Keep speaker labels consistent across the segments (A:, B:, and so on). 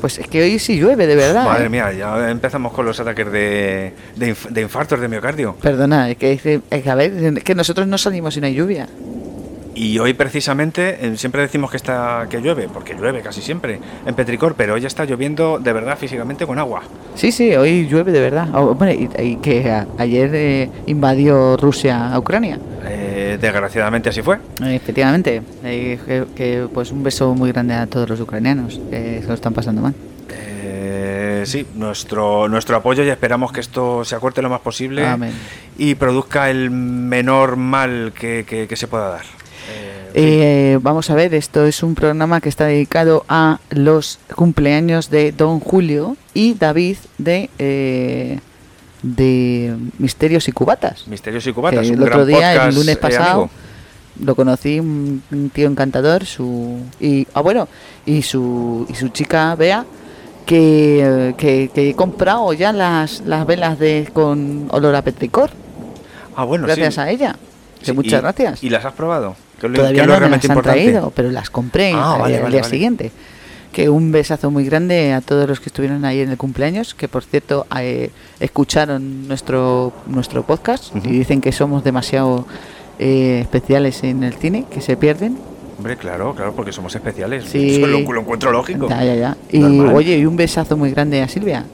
A: Pues es que hoy sí llueve, de verdad.
B: Madre
A: ¿eh?
B: mía, ya empezamos con los ataques de, de, inf- de infartos de miocardio.
A: Perdona, es que, es que- es que, a ver, es que nosotros no salimos si no hay lluvia.
B: Y hoy precisamente eh, siempre decimos que está que llueve, porque llueve casi siempre en Petricor, pero hoy está lloviendo de verdad físicamente con agua.
A: Sí, sí, hoy llueve de verdad. Oh, bueno, y, y que a- ayer eh, invadió Rusia a Ucrania.
B: Eh, desgraciadamente así fue.
A: Eh, Efectivamente, eh, que, que, pues un beso muy grande a todos los ucranianos que se lo están pasando mal.
B: Eh, sí, nuestro, nuestro apoyo y esperamos que esto se acorte lo más posible
A: Amén.
B: y produzca el menor mal que, que- que se pueda dar.
A: Eh, vamos a ver, esto es un programa que está dedicado a los cumpleaños de Don Julio y David de, eh, de Misterios y Cubatas.
B: Misterios y cubatas.
A: que
B: un
A: Eh, el otro
B: gran
A: día, el
B: podcast,
A: lunes
B: eh,
A: pasado,
B: amigo.
A: lo conocí, un un tío encantador, su y ah bueno, y su y su chica Bea, que, eh, que, que he comprado ya las, las velas de con olor a petricor,
B: Ah, bueno,
A: gracias
B: sí.
A: a ella. Que
B: Sí,
A: muchas
B: y-
A: gracias.
B: ¿Y las has probado? Que es lo- que
A: Todavía
B: es lo
A: no me las
B: realmente
A: han
B: importante.
A: traído, pero las compré
B: Ah,
A: al,
B: vale,
A: al
B: vale,
A: día
B: vale.
A: siguiente. Que un besazo muy grande a todos los que estuvieron ahí en el cumpleaños, que por cierto eh, escucharon nuestro nuestro podcast
B: Ujú.
A: y dicen que somos demasiado eh, especiales en el cine, que se pierden.
B: Hombre, claro, claro, porque somos especiales.
A: Sí.
B: Eso lo, lo encuentro lógico.
A: Ya, ya, ya. Y
B: Normal.
A: oye, y un besazo muy grande a Silvia.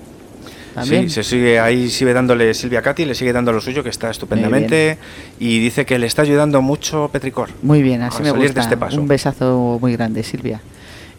A: También.
B: Sí, se sigue, ahí sigue dándole Silvia Cati, le sigue dando lo suyo, que está estupendamente. Y dice que le está ayudando mucho Petricor.
A: Muy bien, así
B: a
A: me
B: salir de
A: gusta.
B: este paso.
A: Un besazo muy grande, Silvia.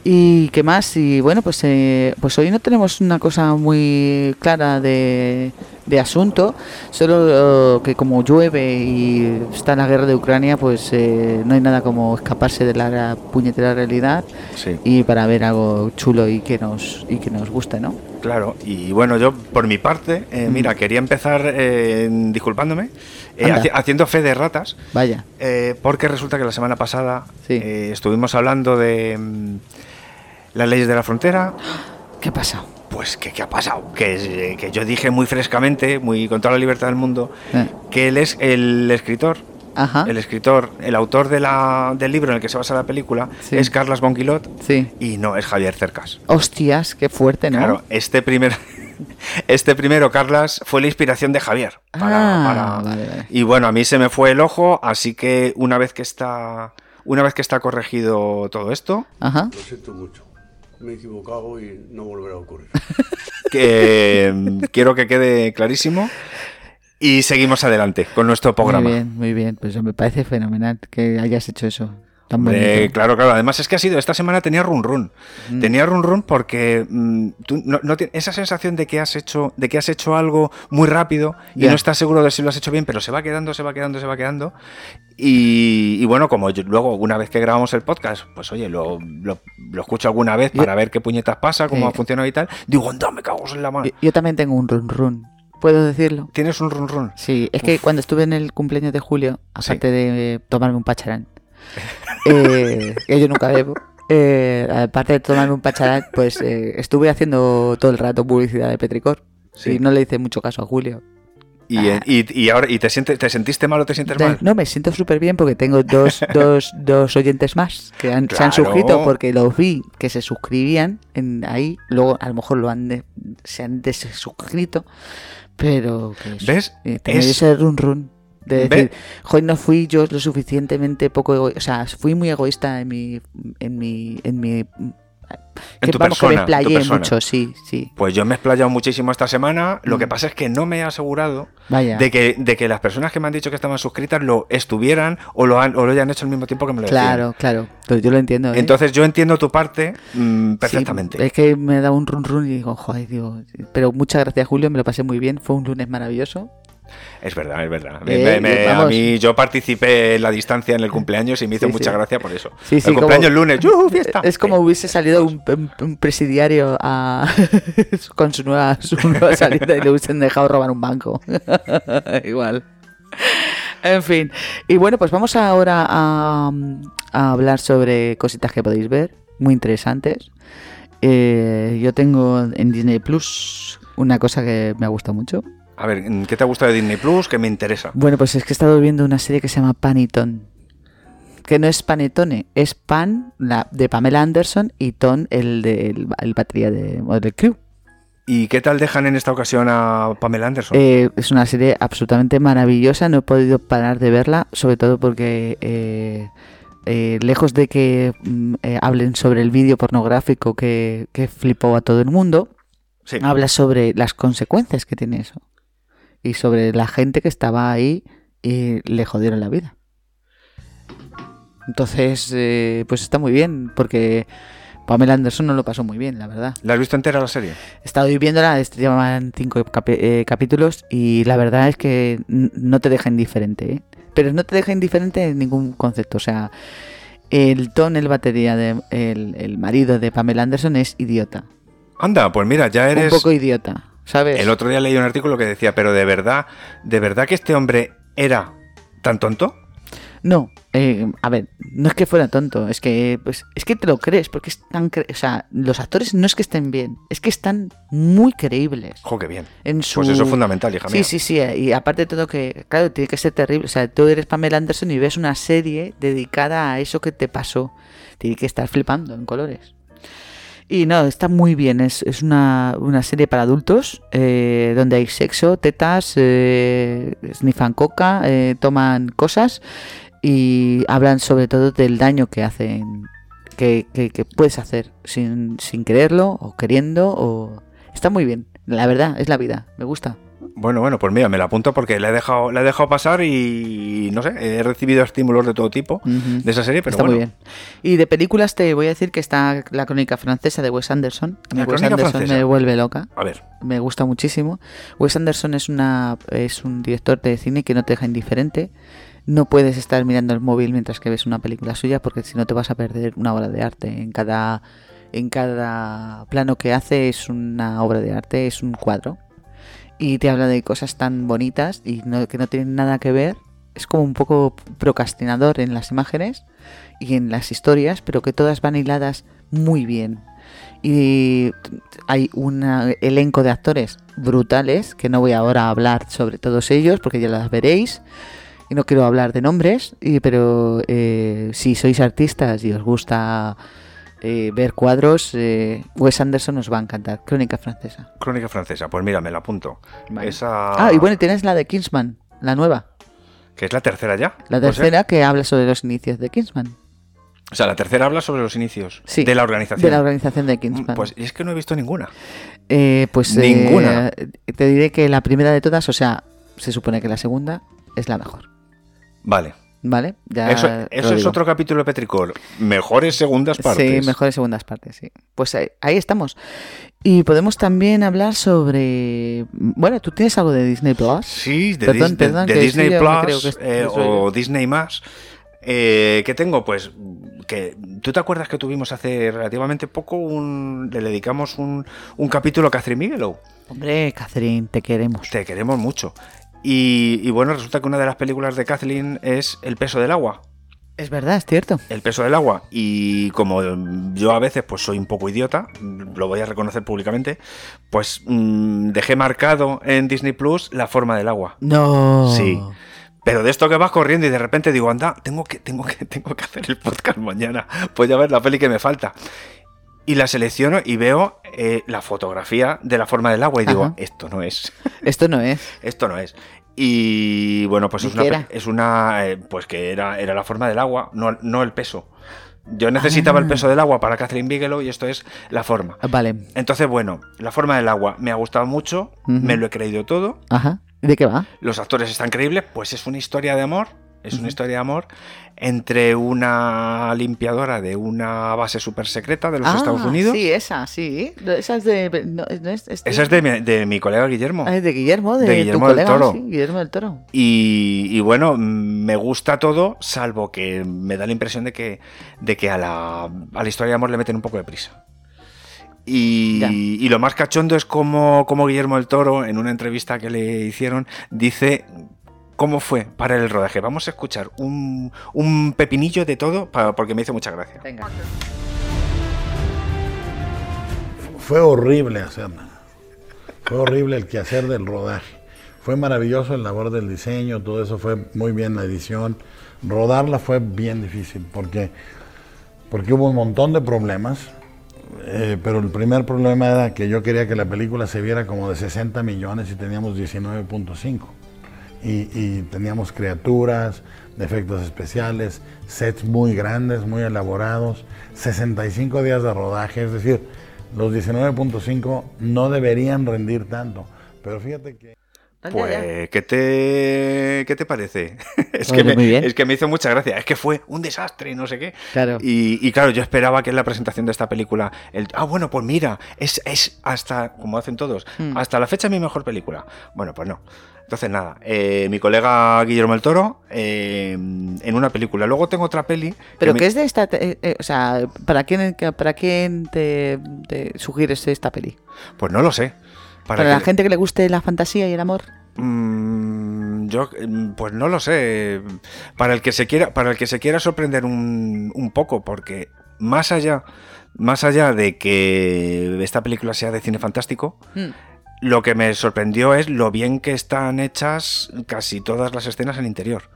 A: ¿Y qué más? Y bueno, pues, eh, pues hoy no tenemos una cosa muy clara de, de asunto, solo eh, que como llueve y está la guerra de Ucrania, pues eh, no hay nada como escaparse de la puñetera realidad
B: Sí.
A: y para ver algo chulo y que nos, y que nos guste, ¿no?
B: Claro, y bueno, yo por mi parte, eh,
A: Mm.
B: mira, quería empezar eh, disculpándome, eh,
A: Anda.
B: haci- haciendo fe de ratas,
A: Vaya.
B: eh, porque resulta que la semana pasada
A: Sí.
B: eh, estuvimos hablando de mm, las leyes de la frontera,
A: ¿Qué ha pasado?
B: pues que qué ha pasado, que, eh, que yo dije muy frescamente, muy con toda la libertad del mundo,
A: Eh, Ah.
B: que él es el escritor,
A: Ajá.
B: el escritor, el autor de la- del libro en el que se basa la película,
A: Sí.
B: es Carlas Bonquilot
A: Sí.
B: y no es Javier Cercas.
A: Hostias, qué fuerte, ¿no?
B: Claro, este primero, este primero, Carlas, fue la inspiración de Javier. para-
A: Ah,
B: para-
A: vale, vale.
B: Y bueno, a mí se me fue el ojo, así que una vez que está, una vez que está corregido todo esto,
A: Ajá.
C: Lo siento mucho. Me he equivocado y no volverá a ocurrir.
B: que mm, quiero que quede clarísimo. Y seguimos adelante con nuestro programa.
A: Muy bien, muy bien. Pues me parece fenomenal que hayas hecho eso. Tan
B: Hombre,
A: bonito. Mm.
B: claro, claro. Además es que ha sido, esta semana tenía run run. Tenía run run porque mm, tú no- no ti- esa sensación de que has hecho, de que has hecho algo muy rápido y
A: Ya.
B: no estás seguro de si lo has hecho bien, pero se va quedando, se va quedando, se va quedando. Y, y bueno, como yo- luego, una vez que grabamos el podcast, pues oye, lo, lo- lo escucho alguna vez para ver qué puñetas pasa, cómo
A: Sí.
B: ha funcionado y tal. Digo, anda, me cago en la mano.
A: Yo, yo también tengo un run run. ¿Puedo decirlo?
B: Tienes un run run.
A: Sí, es que cuando estuve en el cumpleaños de Julio,
B: Sí.
A: aparte de eh, tomarme un pacharán, eh, que yo nunca bebo, eh, aparte de tomarme un pacharán, pues eh, estuve haciendo todo el rato publicidad de Petricor.
B: Sí.
A: Y no le hice mucho caso a Julio.
B: Y,
A: Ah.
B: y- y ahora, ¿y te, sientes, te sentiste mal o te sientes
A: De-
B: mal?
A: No, me siento súper bien porque tengo dos, dos, dos oyentes más que han- se han
B: Claro.
A: suscrito porque los vi que se suscribían en ahí. Luego, a lo mejor lo han de- se han desuscrito, pero que es-
B: ¿Ves?
A: eh, tener
B: Es-
A: ese run run de
B: ¿Ve?
A: decir, hoy no fui yo lo suficientemente poco egoísta, o sea, fui muy egoísta en mi, en mi, en mi, que
B: tu
A: vamos que me
B: persona, en tu
A: explayé
B: persona.
A: mucho, sí, sí,
B: Pues yo me he explayado muchísimo esta semana. Lo que pasa es que no me he asegurado
A: Mm. vaya.
B: de que, de que las personas que me han dicho que estaban suscritas lo estuvieran o lo, han- o lo hayan hecho al mismo tiempo que me lo decían.
A: Claro, claro, Entonces, yo lo entiendo. ¿eh?
B: Entonces yo entiendo tu parte mm,
A: Sí, eh,
B: perfectamente.
A: es que me da un run run y digo, joder, digo, pero muchas gracias Julio, me lo pasé muy bien, fue un lunes maravilloso.
B: es verdad, es verdad.
A: Eh,
B: Me- me- a
A: vamos.
B: mí yo participé en la distancia en el cumpleaños y me hizo
A: Sí,
B: mucha
A: sí.
B: gracia por eso.
A: Sí, sí, como-
B: el
A: eh,
B: cumpleaños el lunes, ¡yujú, fiesta!
A: Es como hubiese salido un, un- un presidiario a- con su nueva, su nueva salida y le hubiesen dejado robar un banco. Igual. En fin. Y bueno, pues vamos ahora a, a hablar sobre cositas que podéis ver, muy interesantes. Eh, yo tengo en Disney Plus una cosa que me ha gustado mucho.
B: A ver, mm, ¿qué te ha gustado de Disney Plus? Que me interesa.
A: Bueno, pues es que he estado viendo una serie que se llama Paniton. que no es panetone, es pan la, de Pamela Anderson y Ton, el, de, el, el batería de Model Crew.
B: ¿Y qué tal dejan en esta ocasión a Pamela Anderson?
A: Eh, es una serie absolutamente maravillosa, no he podido parar de verla, sobre todo porque eh, eh, lejos de que mm, eh, hablen sobre el vídeo pornográfico que, que flipó a todo el mundo,
B: Sí.
A: habla sobre las consecuencias que tiene eso y sobre la gente que estaba ahí y le jodieron la vida. Entonces, eh, pues está muy bien porque Pamela Anderson no lo pasó muy bien, la verdad.
B: ¿La has visto entera la serie?
A: He estado viviéndola, este, llevan cinco capi- eh, capítulos y la verdad es que n- no te deja indiferente, ¿eh? pero no te deja indiferente en ningún concepto. O sea, el ton, el batería, de, el, el marido de Pamela Anderson es idiota,
B: Anda, pues mira, ya eres...
A: un poco idiota, ¿sabes?
B: El otro día leí un artículo que decía, pero de verdad, de verdad que este hombre era tan tonto.
A: No, eh, a ver, no es que fuera tonto, es que pues es que te lo crees, porque es tan, cre- o sea, los actores no es que estén bien, es que están muy creíbles
B: Jo, qué bien.
A: en su
B: Pues eso es fundamental, hija
A: Sí,
B: mía.
A: sí, sí, eh, y aparte de todo que claro, tiene que ser terrible, o sea, tú eres Pamela Anderson y ves una serie dedicada a eso que te pasó, tiene que estar flipando en colores. Y no, está muy bien, es, es una, una serie para adultos eh, donde hay sexo, tetas, eh, snifan coca, eh, toman cosas y hablan sobre todo del daño que hacen, que, que- que puedes hacer sin, sin quererlo o queriendo. o Está muy bien, la verdad, es la vida, me gusta.
B: Bueno, bueno, pues mira, me la apunto porque la he dejado, la he dejado pasar y no sé, he recibido estímulos de todo tipo
A: Ujú.
B: de esa serie, pero
A: Mm. está
B: bueno.
A: muy bien. Y de películas te voy a decir que está la crónica francesa de Wes Anderson. A mí
B: La
A: Wes
B: Crónica
A: Anderson me
B: Francesa.
A: vuelve loca,
B: A ver,
A: me gusta muchísimo. Wes Anderson es una es un director de cine que no te deja indiferente. No puedes estar mirando el móvil mientras que ves una película suya porque si no te vas a perder una obra de arte en cada en cada plano que hace es una obra de arte, es un cuadro. Y te habla de cosas tan bonitas y no- que no tienen nada que ver. Es como un poco procrastinador en las imágenes y en las historias, pero que todas van hiladas muy bien. Y t- hay un elenco de actores brutales, que no voy ahora a hablar sobre todos ellos, porque ya las veréis. Y no quiero hablar de nombres, y- pero eh, si sois artistas y os gusta eh, ver cuadros, eh, Wes Anderson os va a encantar. Crónica francesa.
B: Crónica Francesa, pues mira, me la apunto.
A: Vale.
B: Esa.
A: Ah, y bueno, tienes la de Kingsman, la nueva.
B: Que es la tercera ya.
A: La
B: puede ser.
A: tercera que habla sobre los inicios de Kingsman.
B: O sea, la tercera habla sobre los inicios
A: Sí.
B: de la organización.
A: De la organización de
B: Mm,
A: Kingsman.
B: Pues es que no he visto ninguna.
A: Eh, pues eh,
B: Ninguna.
A: te diré que la primera de todas, o sea, se supone que la segunda es la mejor.
B: Vale.
A: ¿Vale? Ya
B: eso
A: te
B: eso
A: lo
B: es
A: digo.
B: otro capítulo de Petricor. Mejores segundas partes.
A: Sí, mejores segundas partes, sí. Pues ahí, ahí estamos. Y podemos también hablar sobre. Bueno, tú tienes algo de Disney Plus.
B: Sí, de,
A: Perdón,
B: Dis- de-
A: perdón,
B: de
A: que sí,
B: Disney
A: yo me creo que
B: Plus
A: es-
B: eh,
A: eso
B: o Disney más. Eh, ¿Qué tengo? Pues que tú te acuerdas que tuvimos hace relativamente poco un le dedicamos un, un capítulo a Catherine Bigelow.
A: Hombre, Catherine, te queremos.
B: Te queremos mucho. Y, y bueno, resulta que una de las películas de Kathleen es El peso del agua.
A: Es verdad, es cierto.
B: El peso del agua. Y como yo a veces pues soy un poco idiota, lo voy a reconocer públicamente, pues mm, dejé marcado en Disney Plus la forma del agua.
A: No.
B: Sí. Pero de esto que vas corriendo y de repente digo, anda, tengo que, tengo que, tengo que hacer el podcast mañana. Voy a ver la peli que me falta. Y la selecciono y veo eh, la fotografía de la forma del agua y digo,
A: Ajá.
B: esto no es,
A: Esto no es.
B: esto no es. Y bueno, pues
A: ¿Y
B: es
A: qué
B: una,
A: era?
B: es una eh, pues que era, era la forma del agua, no, no el peso. Yo necesitaba el
A: Ah.
B: peso del agua para Catherine Bigelow y esto es la forma.
A: Vale.
B: Entonces, bueno, la forma del agua me ha gustado mucho,
A: Ujú.
B: me lo he creído todo,
A: Ajá. ¿De qué va?
B: los actores están creíbles, pues es una historia de amor, es una historia de amor entre una limpiadora de una base súper secreta de los
A: Ah,
B: Estados Unidos.
A: Sí, esa, sí. No, Esa es de. no, no es,
B: Esa es de mi, de mi colega Guillermo.
A: Ah, es de Guillermo, de,
B: De
A: tu
B: Guillermo del
A: colega.
B: Toro.
A: sí, Guillermo del Toro.
B: Y, y bueno, mm, me gusta todo, salvo que me da la impresión de que, de que a, la, a la historia de amor le meten un poco de prisa. Y,
A: Ya.
B: y lo más cachondo es como, como Guillermo el Toro, en una entrevista que le hicieron, dice cómo fue para el rodaje. Vamos a escuchar un, un pepinillo de todo pa- porque me hizo mucha gracia.
A: Venga.
D: Fue horrible hacerla. Fue horrible el quehacer del rodaje. Fue maravilloso el labor del diseño, todo eso fue muy bien la edición. Rodarla fue bien difícil porque, porque hubo un montón de problemas, eh, pero el primer problema era que yo quería que la película se viera como de 60 millones y teníamos 19.5. Y, y teníamos criaturas, efectos especiales, sets muy grandes, muy elaborados, 65 días de rodaje, es decir, los 19.5 no deberían rendir tanto. Pero fíjate que...
A: Ah,
B: Pues, ¿qué te, qué te parece? es,
A: Bueno,
B: que
A: muy bien.
B: me, es que me hizo mucha gracia. Es que fue un desastre y no sé qué.
A: Claro.
B: Y, y claro, yo esperaba que en la presentación de esta película. el, ah, bueno, pues mira, es, es hasta, como hacen todos,
A: Hmm.
B: hasta la fecha mi mejor película. Bueno, pues no. Entonces, nada, eh, mi colega Guillermo el Toro, eh, en una película. Luego tengo otra peli. que
A: ¿Pero
B: me-
A: qué es de esta? te- eh, eh, o sea, ¿para quién, para quién te, te sugieres esta peli?
B: Pues no lo sé.
A: ¿Para,
B: que-
A: la gente que le guste la fantasía y el amor?
B: Mm, yo mm, pues no lo sé. Para el que se quiera, para el que se quiera sorprender un, un poco, porque más allá, más allá de que esta película sea de cine fantástico,
A: Mm.
B: lo que me sorprendió es lo bien que están hechas casi todas las escenas en interior.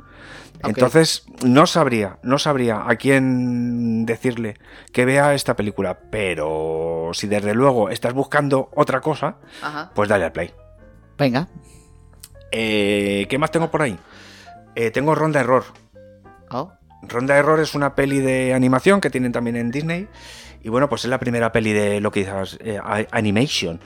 A: Ok.
B: Entonces, no sabría, no sabría a quién decirle que vea esta película, pero si desde luego estás buscando otra cosa,
A: Ajá.
B: pues dale al play.
A: Venga.
B: Eh, ¿Qué más tengo por ahí? Eh, tengo Ronda Error.
A: Oh.
B: Ronda Error es una peli de animación que tienen también en Disney. Y bueno, pues es la primera peli de lo que dices, eh, a- animation.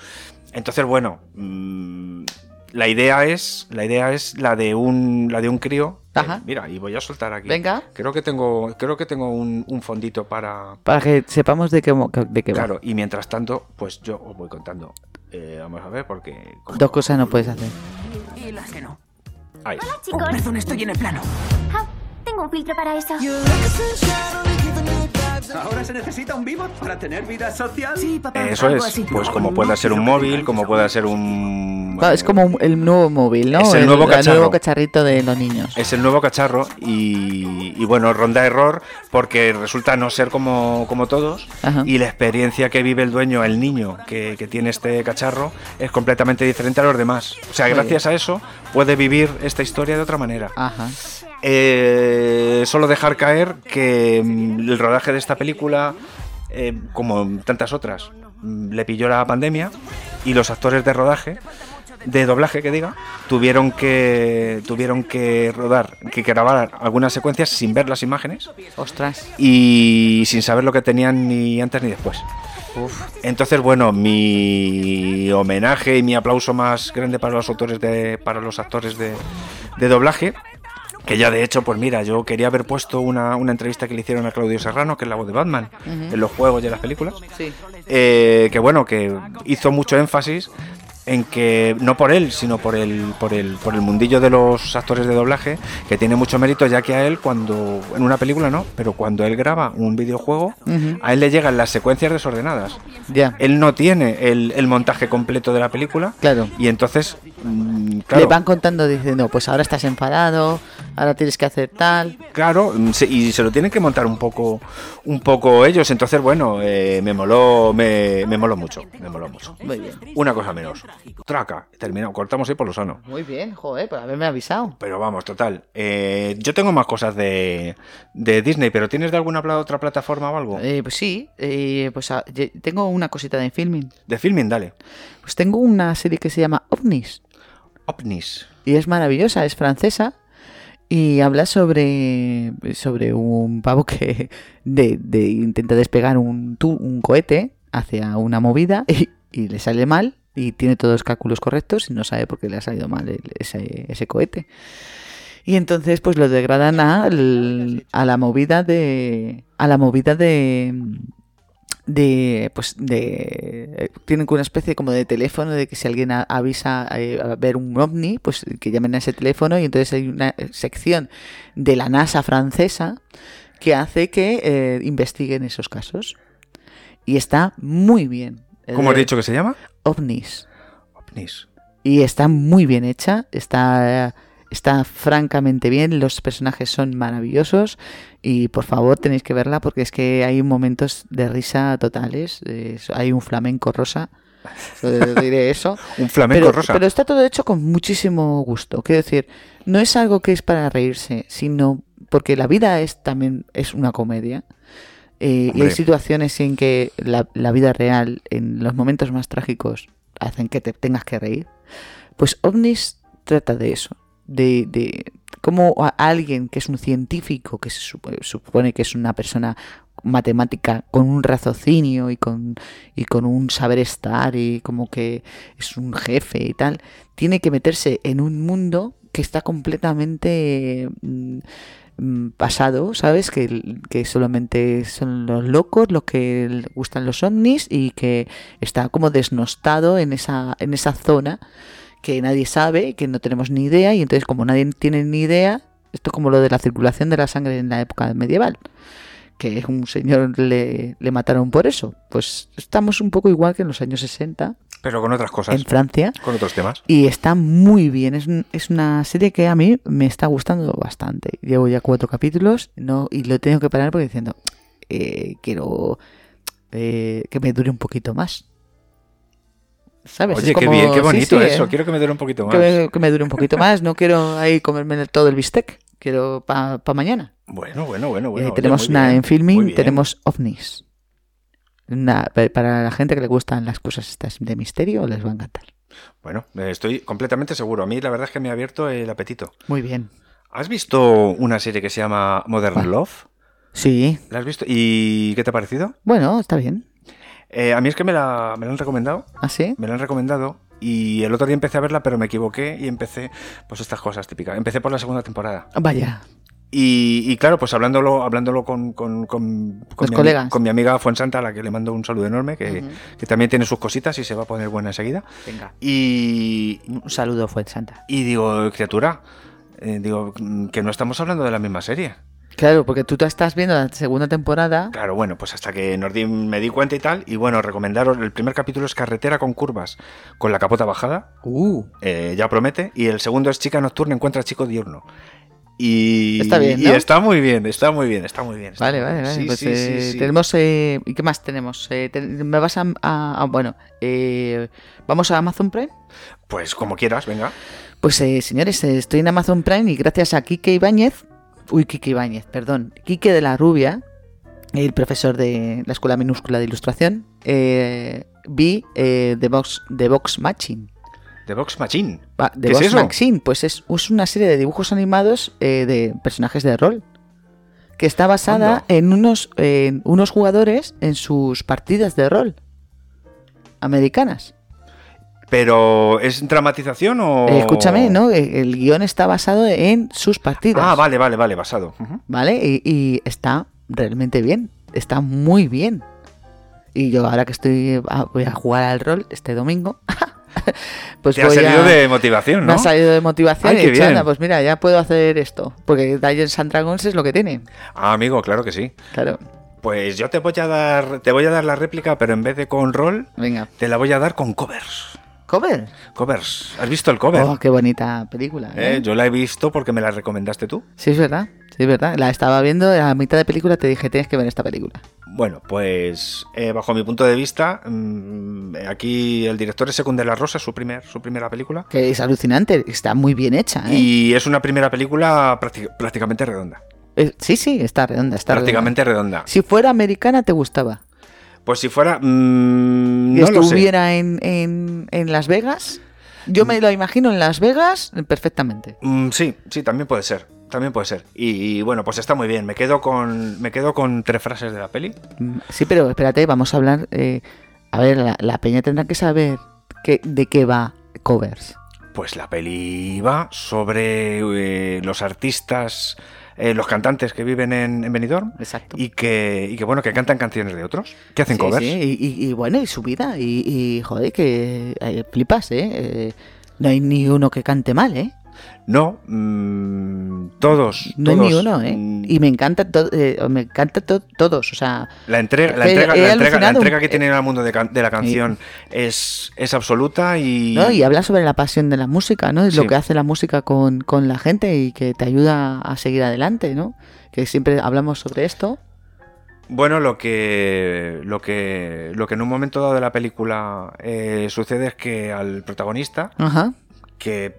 B: Entonces, bueno, mm, la idea es la idea es la de un la de un crío. Eh,
A: Ajá.
B: mira, y voy a soltar aquí.
A: Venga.
B: Creo que tengo creo que tengo un, un fondito para
A: Para que sepamos de qué, mo- de qué va.
B: claro. Y mientras tanto, pues yo os voy contando. Eh, vamos a ver porque como-
A: Dos cosas no puedes hacer.
E: Y las que no.
B: ahí.
E: Oh,
F: Chicos,
E: perdón, estoy en el plano.
F: ah, tengo un filtro para eso.
G: ¿Ahora se necesita un vivo para tener vida social?
E: Sí, papá.
B: Eso
E: algo
B: es,
E: así.
B: pues como pueda ser un móvil, como pueda ser un...
A: Claro, es como un- el nuevo móvil, ¿no?
B: Es el nuevo cacharro. Eh.
A: cacharrito de los niños.
B: Es el nuevo cacharro y, y bueno, ronda error porque resulta no ser como, como todos
A: Ajá.
B: y la experiencia que vive el dueño, el niño que, que tiene este cacharro es completamente diferente a los demás. O sea,
A: Muy
B: gracias a eso puede vivir esta historia de otra manera.
A: Ajá.
B: Eh, solo dejar caer que mm, el rodaje de esta película, eh, como tantas otras, mm, le pilló la pandemia y los actores de rodaje, de doblaje que diga, tuvieron que tuvieron que rodar, que grabar algunas secuencias sin ver las imágenes
A: Ostras.
B: y sin saber lo que tenían ni antes ni después. Entonces, bueno, mi homenaje y mi aplauso más grande para los autores de, para los actores de, de doblaje. Que ya de hecho, pues mira, yo quería haber puesto una, una entrevista que le hicieron a Claudio Serrano, que es la voz de Batman, en los juegos y en las películas.
A: Sí.
B: Eh, que bueno, que hizo mucho énfasis en que no por él, sino por el, por el, por el mundillo de los actores de doblaje, que tiene mucho mérito, ya que a él cuando, en una película no, pero cuando él graba un videojuego, a él le llegan las secuencias desordenadas.
A: Ya.
B: Él no tiene el, el montaje completo de la película.
A: Claro.
B: Y entonces, mm, claro,
A: Le van contando diciendo, pues ahora estás enfadado, ahora tienes que hacer tal.
B: Claro, mm, se- y se lo tienen que montar un poco, un poco ellos. Entonces, bueno, eh, me moló, me, me moló mucho, me moló mucho.
A: Muy bien.
B: Una cosa menos. Traca, terminado, cortamos ahí por lo sano.
A: Muy bien, joder, por haberme avisado.
B: Pero vamos, total. eh, yo tengo más cosas de, de Disney, pero ¿tienes de alguna pla- otra plataforma o algo?
A: Eh, pues sí, eh, pues ah, ye- tengo una cosita de filming.
B: De filming, dale.
A: Pues tengo una serie que se llama OVNIS
B: OVNIS.
A: y es maravillosa, es francesa y habla sobre, sobre un pavo que de, de- intenta despegar un, tu- un cohete hacia una movida y, y le sale mal y tiene todos los cálculos correctos y no sabe por qué le ha salido mal el- ese, ese cohete. Y entonces pues lo degradan al- a la movida de... a la movida de de pues de eh, tienen como una especie como de teléfono de que si alguien a- avisa eh, a ver un ovni pues que llamen a ese teléfono y entonces hay una eh, sección de la NASA francesa que hace que eh, investiguen esos casos y está muy bien Eh,
B: ¿Cómo has dicho que se llama?
A: ovnis
B: OVNIS.
A: y está muy bien hecha, está, está francamente bien, los personajes son maravillosos y por favor tenéis que verla porque es que hay momentos de risa totales, eh, hay un flamenco rosa Solo diré eso.
B: Un flamenco
A: pero,
B: rosa.
A: Pero está todo hecho con muchísimo gusto. Quiero decir, no es algo que es para reírse, sino porque la vida es también es una comedia. Eh, y hay
B: Hombre.
A: situaciones en que la, la vida real, en los momentos más trágicos, hacen que te tengas que reír. Pues OVNIS trata de eso, de, de cómo a- alguien que es un científico, que se supo- supone que es una persona matemática con un raciocinio y con, y con un saber estar y como que es un jefe y tal, tiene que meterse en un mundo que está completamente mm, mm, pasado, ¿sabes? Que, el- que solamente son los locos los que le gustan los ovnis y que está como desnostado en esa, en esa zona que nadie sabe, que no tenemos ni idea, y entonces como nadie tiene ni idea, esto es como lo de la circulación de la sangre en la época medieval, que un señor le, le mataron por eso. Pues estamos un poco igual que en los años 60
B: Pero con otras cosas.
A: en Francia.
B: Con otros temas.
A: Y está muy bien. Es, un- es una serie que a mí me está gustando bastante. Llevo ya cuatro capítulos no y lo tengo que parar porque diciendo, eh, quiero eh, que me dure un poquito más. ¿Sabes?
B: Oye,
A: Es
B: qué
A: como-
B: bien, qué
A: sí,
B: bonito
A: sí,
B: eso.
A: eh,
B: Quiero que me dure un poquito más.
A: que, me, que me dure un poquito más. No quiero ahí comerme todo el bistec. Quiero para mañana.
B: Bueno, bueno, bueno,
A: Y
B: bueno.
A: ahí
B: oye,
A: Eh, tenemos
B: muy
A: una
B: bien,
A: en
B: muy
A: filming,
B: bien.
A: tenemos ovnis. Una- pa- para la gente que le gustan las cosas estas de misterio, les va a encantar.
B: Bueno, eh, estoy completamente seguro. A mí la verdad es que me ha abierto el apetito.
A: Muy bien.
B: ¿Has visto una serie que se llama Modern
A: ¿Cuál?
B: Love?
A: Sí,
B: ¿La has visto? ¿Y qué te ha parecido?
A: bueno, está bien. ¿Ah,
B: Eh, a mí es que me la, me la han recomendado.
A: ¿Así?
B: Me la han recomendado. Y el otro día empecé a verla, pero me equivoqué y empecé, pues estas cosas típicas. Empecé por la segunda temporada.
A: Vaya.
B: Y, y claro, pues hablándolo, hablándolo con, con, con, con
A: Los
B: mi ami-
A: colegas.
B: con mi amiga Fuensanta, a la que le mando un saludo enorme, que, que también tiene sus cositas y se va a poner buena enseguida.
A: Venga.
B: Y,
A: Un saludo, fue Santa.
B: y digo, criatura, eh, digo, mm, que no estamos hablando de la misma serie.
A: Claro, porque tú te estás viendo la segunda temporada.
B: Claro, bueno, pues hasta que nos di- me di cuenta y tal, y bueno, recomendaros, el primer capítulo es Carretera con curvas, con la capota bajada,
A: Uh,
B: eh, ya promete, y el segundo es Chica Nocturna encuentra Chico Diurno. Y,
A: Está bien,
B: y
A: ¿no?
B: está muy bien, está muy bien, está muy bien. está
A: vale,
B: muy
A: vale,
B: bien.
A: vale.
B: Sí,
A: pues,
B: sí,
A: eh,
B: sí, sí.
A: Tenemos. eh, ¿Y qué más tenemos? Eh, te- me vas a. a- a- bueno, eh, vamos a Amazon Prime.
B: Pues como quieras, venga.
A: Pues eh, señores, eh, estoy en Amazon Prime y gracias a Quique Ibáñez, uy, Quique Ibáñez, perdón, Quique de la Rubia, el profesor de la Escuela Minúscula de Ilustración, eh, vi eh, The, Box, The Box Matching.
B: The Box Machine.
A: Va, The
B: ¿Qué es
A: Box
B: eso?
A: Maxine, pues es, es una serie de dibujos animados eh, de personajes de rol. Que está basada
B: Anda.
A: en unos, en unos jugadores en sus partidas de rol americanas.
B: Pero, ¿es dramatización o...?
A: Eh, escúchame, ¿no? Eh, El guión está basado en sus partidas.
B: Ah, vale, vale, vale, basado. Ujú.
A: ¿vale? Y, y está realmente bien, está muy bien. Y yo ahora que estoy a- voy a jugar al rol este domingo, pues
B: Te ha
A: voy a-
B: servido de motivación,
A: me
B: ¿no?
A: ha salido de motivación
B: Ay,
A: y he
B: qué
A: dicho,
B: bien.
A: "Anda, pues mira, ya puedo hacer esto, porque Dungeons and Dragons es lo que tiene,
B: Ah, amigo, claro que sí.
A: claro.
B: Pues yo te voy a dar, te voy a dar la réplica, pero en vez de con rol,
A: Venga,
B: te la voy a dar con covers.
A: cover.
B: Covers. ¿Has visto el cover?
A: Oh, qué bonita película. ¿eh?
B: Eh, yo la he visto porque me la recomendaste tú.
A: Sí es verdad, sí es verdad. La estaba viendo a la mitad de película te dije tienes que ver esta película.
B: Bueno, pues eh, bajo mi punto de vista, mm, aquí el director es Secund de la Rosa, su primer, su primera película,
A: Que es alucinante, está muy bien hecha. ¿eh?
B: y es una primera película prácti- prácticamente redonda.
A: Eh, sí, sí, está redonda, está redonda.
B: prácticamente redonda.
A: Si fuera americana te gustaba.
B: Pues si fuera, mm,
A: y
B: no lo sé.
A: estuviera en, en, en Las Vegas, yo me lo imagino en Las Vegas perfectamente.
B: Mm, sí, sí, también puede ser. También puede ser. Y, y, bueno, pues está muy bien. Me quedo con. Me quedo con tres frases de la peli.
A: Mm, Sí, pero espérate, vamos a hablar. eh, a ver, la, la peña tendrá que saber que, de qué va covers.
B: Pues la peli va sobre eh, los artistas. eh, los cantantes que viven en, en Benidorm
A: Exacto.
B: y que, y que bueno que cantan canciones de otros que hacen
A: Sí,
B: covers
A: sí, y, y- y bueno, y su vida. Y, y, joder, que eh, flipas, ¿eh? Eh, No hay ni uno que cante mal, ¿eh?
B: no mm, todos
A: No hay
B: todos,
A: ni uno, ¿eh?
B: mm,
A: Y me encanta, to- eh, me encanta to- todos, o sea,
B: la entrega la
A: Eh, He-
B: entrega,
A: he
B: la entrega, la
A: alucinado. Eh,
B: entrega que tienen al mundo de, can- de la canción es, es absoluta y
A: ¿no? Y habla sobre la pasión de la música, ¿no? Es
B: Sí.
A: lo que hace la música con, con la gente y que te ayuda a seguir adelante, ¿no? Que siempre hablamos sobre esto.
B: Bueno, lo que, lo que, lo que en un momento dado de la película eh, sucede es que al protagonista,
A: Ajá,
B: que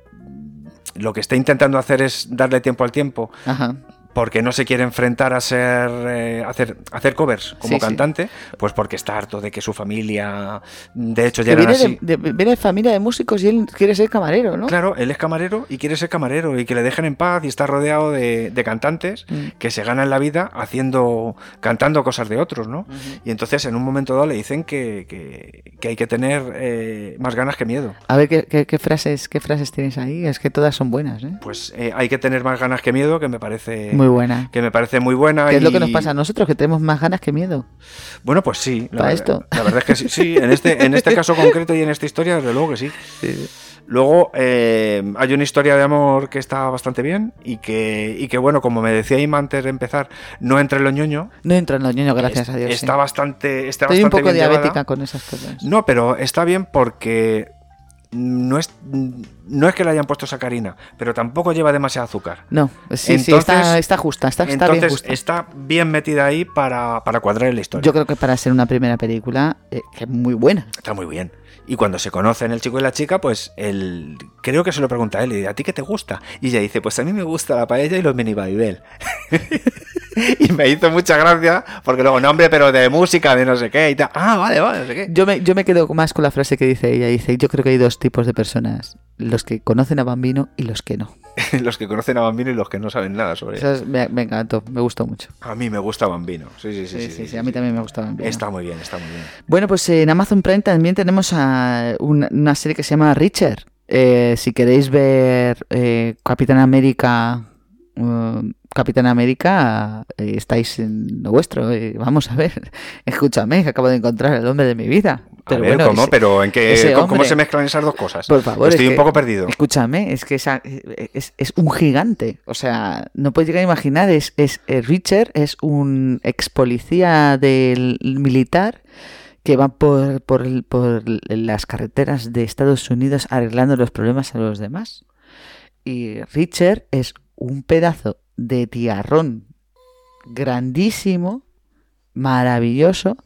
B: lo que está intentando hacer es darle tiempo al tiempo,
A: ajá.
B: porque no se quiere enfrentar a ser eh, hacer hacer covers como
A: Sí, sí.
B: cantante, pues porque está harto de que su familia, de hecho, Pues ya
A: Que
B: eran
A: viene,
B: así.
A: de, de- viene de familia de músicos y él quiere ser camarero, ¿no?
B: Claro, él es camarero y quiere ser camarero y que le dejen en paz y está rodeado de, de cantantes
A: Mm.
B: que se ganan la vida haciendo, cantando cosas de otros, ¿no? Y entonces en un momento dado le dicen que, que- que hay que tener eh, más ganas que miedo.
A: A ver ¿qué, qué- qué frases, qué frases tienes ahí. Es que todas son buenas, ¿eh?
B: Pues eh, hay que tener más ganas que miedo, que me parece
A: Muy buena.
B: Eh, que me parece muy buena.
A: Que es lo que nos
B: y-
A: pasa a nosotros, que tenemos más ganas que miedo.
B: Bueno, pues sí. La,
A: ¿Para
B: ver-
A: esto?
B: la verdad es que sí. sí, en este, en este caso concreto y en esta historia, desde luego que sí. Luego eh, hay una historia de amor que está bastante bien y que, y que bueno, como me decía Ima antes de empezar, no entre lo ñoño.
A: No entro en los ñoños, gracias a Dios. sí.
B: Está bastante, está
A: Estoy un
B: bastante
A: poco
B: bien llevada.
A: diabética con esas cosas.
B: No, pero está bien porque no es, no es que le hayan puesto sacarina, pero tampoco lleva demasiado azúcar.
A: No, sí, sí,
B: Entonces-
A: está, está justa, está, está
B: Entonces
A: bien justa.
B: está bien metida ahí para, para cuadrar en la historia.
A: Yo creo que para ser una primera película, eh, que es muy buena.
B: Está muy bien. Y cuando se conocen el chico y la chica, pues él creo que se lo pregunta a él y dice, ¿a ti qué te gusta? Y ella dice, pues a mí me gusta la paella y los mini vaivén". y me hizo mucha gracia porque luego, no hombre, pero de música, de no sé qué y tal. Ah, vale, vale, no sé qué.
A: Yo me, yo me quedo más con la frase que dice ella. Dice, yo creo que hay dos tipos de personas, los que conocen a Bambino y los que no.
B: los que conocen a Bambino y los que no saben nada sobre él.
A: Eso es- me, me encantó, me gustó mucho.
B: A mí me gusta Bambino. Sí, sí, sí.
A: Sí, sí, sí,
B: sí,
A: a
B: sí,
A: mí
B: sí.
A: también me gustó Bambino.
B: Está muy bien, está muy bien.
A: Bueno, pues en Amazon Prime también tenemos a una, una serie que se llama Richard. Eh, si queréis ver eh, Capitán América, eh, Capitán América, eh, estáis en lo vuestro. eh, vamos a ver, escúchame, que acabo de encontrar el hombre de mi vida.
B: a ver,
A: bueno,
B: ¿cómo?
A: ese-
B: pero ¿en qué,
A: ese
B: ¿cómo, cómo
A: hombre-
B: se mezclan esas dos cosas?
A: Por favor,
B: Estoy
A: es
B: un
A: que-
B: poco perdido.
A: Escúchame, es que esa- es, es un gigante. O sea, no podéis llegar a imaginar. Es, es eh, Richard, es un ex policía del militar que va por, por, el- por las carreteras de Estados Unidos arreglando los problemas a los demás. Y Richard es un pedazo de tiarrón grandísimo, maravilloso,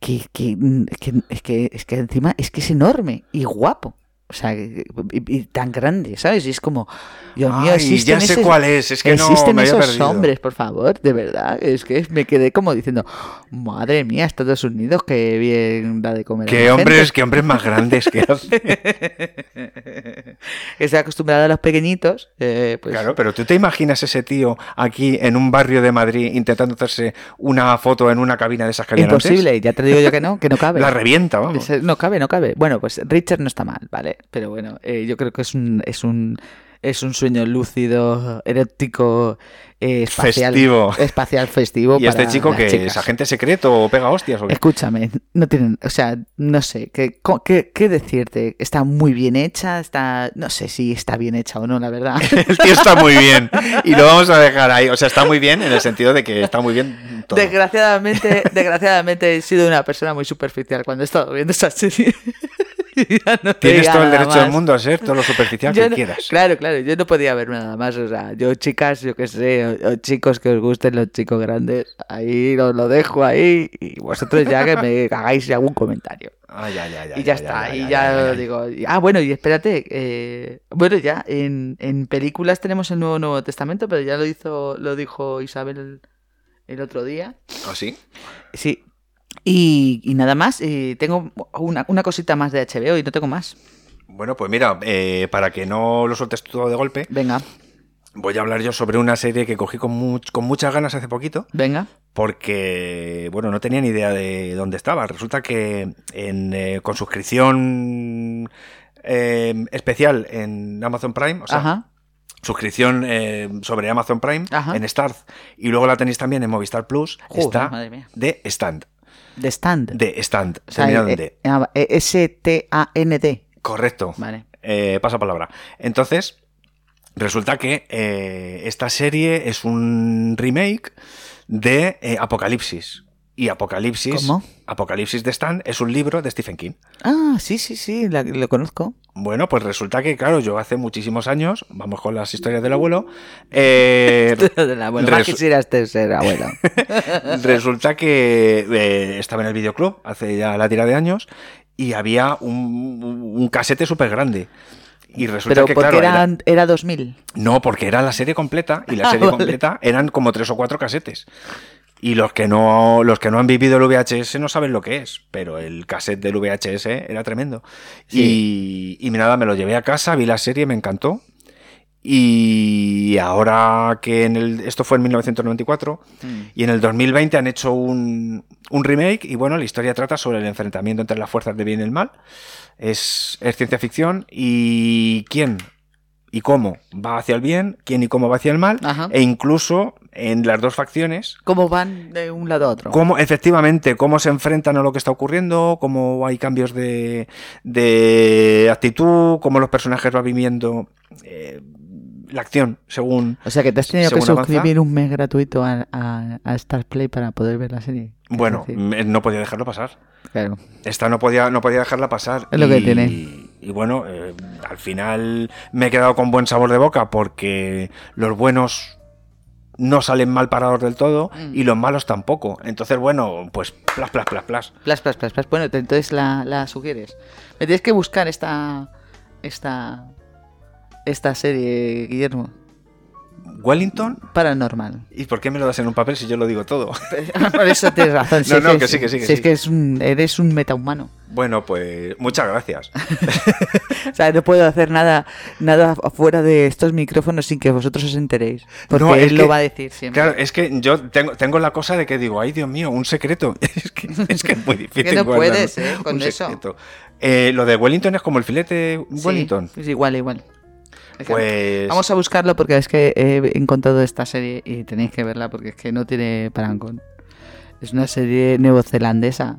A: que, que, mm, que- es que, es que encima es que es enorme y guapo. O sea, y, y tan grande, ¿sabes? Y es como, Dios mío,
B: Ay,
A: existen
B: ya sé
A: esos-
B: cuál es, es que no,
A: existen
B: me había
A: esos
B: perdido.
A: hombres, por favor, de verdad. Es que me quedé como diciendo, madre mía, Estados Unidos, qué bien da de comer. a
B: ¿Qué
A: la
B: hombres,
A: gente".
B: qué hombres más grandes que hacen?
A: Que se ha acostumbrado a los pequeñitos, eh, pues
B: Claro, pero tú te imaginas ese tío aquí en un barrio de Madrid intentando hacerse una foto en una cabina de esas que habían
A: imposible. Ya te digo yo que no, que no cabe.
B: antes? La revienta, vamos.
A: Ese- No cabe, no cabe. Bueno, pues Richard no está mal, ¿vale? Pero bueno, eh, yo creo que es un, es un es un sueño lúcido, erótico, eh, espacial,
B: Festivo.
A: espacial festivo.
B: y este
A: para
B: chico
A: las
B: que pues-
A: chicas.
B: es agente secreto o pega hostias. ¿o qué?
A: Escúchame, no tienen, o sea, no sé, ¿qué, co- qué, qué decirte? Está muy bien hecha, está, no sé si está bien hecha o no, la verdad.
B: El tío está muy bien. Y lo vamos a dejar ahí. O sea, está muy bien en el sentido de que está muy bien todo.
A: Desgraciadamente, desgraciadamente he sido una persona muy superficial cuando he estado viendo esa serie. Ya no te
B: Tienes
A: diga
B: todo el
A: nada
B: derecho del
A: más.
B: mundo a ser todo lo superficial
A: Yo
B: que
A: no-
B: quieras.
A: Claro, claro, yo no podía ver nada más. O sea, yo, chicas, yo qué sé, o, o chicos que os gusten, los chicos grandes, ahí os lo dejo ahí y vosotros ya que me hagáis algún comentario.
B: Ah, ya, ya, ya,
A: y ya, está, y ya,
B: ya, ya.
A: digo. y- Ah, bueno, y espérate. eh, bueno, ya en, en películas tenemos el nuevo Nuevo Testamento, pero ya lo hizo, lo dijo Isabel el, el otro día.
B: ¿Ah, sí?
A: Sí. Y, y nada más, eh, tengo una, una cosita más de HBO y no tengo más.
B: Bueno, pues mira, eh, para que no lo sueltes todo de golpe,
A: Venga,
B: voy a hablar yo sobre una serie que cogí con, much- con muchas ganas hace poquito.
A: venga.
B: porque, bueno, no tenía ni idea de dónde estaba. Resulta que en, eh, con suscripción eh, especial en Amazon Prime, o sea,
A: Ajá.
B: suscripción eh, sobre Amazon Prime
A: Ajá.
B: en Starz, y luego la tenéis también en Movistar Plus,
A: Joder, madre
B: está
A: mía.
B: de Stand.
A: The Stand.
B: De Stand,
A: O sea,
B: terminado en
A: eh,
B: D.
A: eh, ah, eh, S-T-A-N-D.
B: Correcto.
A: Vale.
B: Eh, pasa palabra. Entonces, resulta que eh, esta serie es un remake de eh, Apocalipsis. Y Apocalipsis,
A: ¿Cómo?
B: Apocalipsis de Stan es un libro de Stephen King.
A: Ah, sí, sí, sí, la- lo conozco.
B: Bueno, pues resulta que, claro, yo hace muchísimos años, vamos con las historias del abuelo, eh,
A: Bueno, más
B: resu-
A: quisieras te ser abuelo.
B: Resulta que eh, estaba en el videoclub hace ya la tira de años y había un, un casete súper grande. Y resulta
A: Pero
B: que,
A: porque
B: claro, era-
A: eran, era 2000.
B: no, porque era la serie completa y la
A: Ah,
B: serie
A: vale.
B: completa eran como tres o cuatro casetes. Y los que no los que no han vivido el VHS no saben lo que es, pero el cassette del VHS era tremendo. Y, y nada, me lo llevé a casa, vi la serie, me encantó. Y ahora que en el, esto fue en 1994 y en el 2020 han hecho un, un remake y bueno, la historia trata sobre el enfrentamiento entre las fuerzas de bien y el mal. Es, es ciencia ficción y quién y cómo va hacia el bien, quién y cómo va hacia el mal
A: Ajá.
B: e incluso en las dos facciones.
A: ¿Cómo van de un lado a otro?
B: Cómo, efectivamente, cómo se enfrentan a lo que está ocurriendo, cómo hay cambios de, de actitud, cómo los personajes van viviendo eh, la acción según
A: O sea que te has tenido que
B: según avanza.
A: suscribir un mes gratuito a, a, a Star Play para poder ver la serie. Quiero
B: Bueno,
A: decir,
B: me- no podía dejarlo pasar.
A: claro.
B: Esta no podía, no podía dejarla pasar.
A: Es lo que
B: Y-
A: tiene.
B: Y bueno, eh, al final me he quedado con buen sabor de boca porque los buenos no salen mal parados del todo
A: Mm.
B: y los malos tampoco. Entonces, bueno, pues plas, plas, plas, plas.
A: Plas, plas, plas, plas. Bueno, te- entonces la, la sugieres. Me tienes que buscar esta. Esta. Esta serie, Guillermo.
B: Wellington,
A: Paranormal.
B: ¿y por qué me lo das en un papel si yo lo digo todo?
A: Por eso tienes razón.
B: No,
A: es
B: no, que
A: es-
B: sí, que sí, que
A: si es
B: sí.
A: que es un, eres un metahumano.
B: bueno, pues muchas gracias.
A: O sea, no puedo hacer nada nada fuera de estos micrófonos sin que vosotros os enteréis. Porque
B: No, es
A: él lo
B: que-
A: va a decir siempre.
B: Claro, es que yo tengo, tengo la cosa de que digo, ay Dios mío, un secreto. Es que es, que es muy difícil.
A: no
B: guardar
A: puedes, ¿eh? con
B: un
A: eso.
B: secreto. Eh, lo de Wellington es como el filete Wellington.
A: Sí, es igual, igual.
B: Pues-
A: Vamos a buscarlo porque es que he encontrado esta serie y tenéis que verla porque es que no tiene parangón. Es una serie neozelandesa.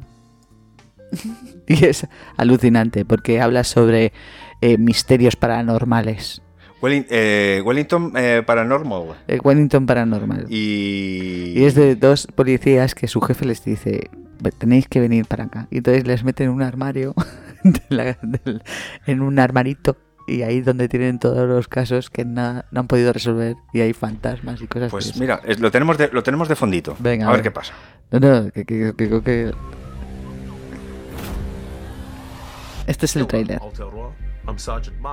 A: y es alucinante porque habla sobre eh, misterios paranormales.
B: Welling- eh, Wellington eh, Paranormal.
A: El Wellington Paranormal.
B: Y...
A: Y es de dos policías que su jefe les dice, "Ve- tenéis que venir para acá. Y entonces les meten en un armario, de la- del- en un armarito, y ahí es donde tienen todos los casos que na- no han podido resolver y hay fantasmas y cosas de
B: Pues
A: esas.
B: mira, es- lo, tenemos de, lo tenemos de fondito.
A: Venga,
B: a
A: a
B: ver
A: ver.
B: qué pasa.
A: No, no, que, que- que- que- que- Este es el tráiler.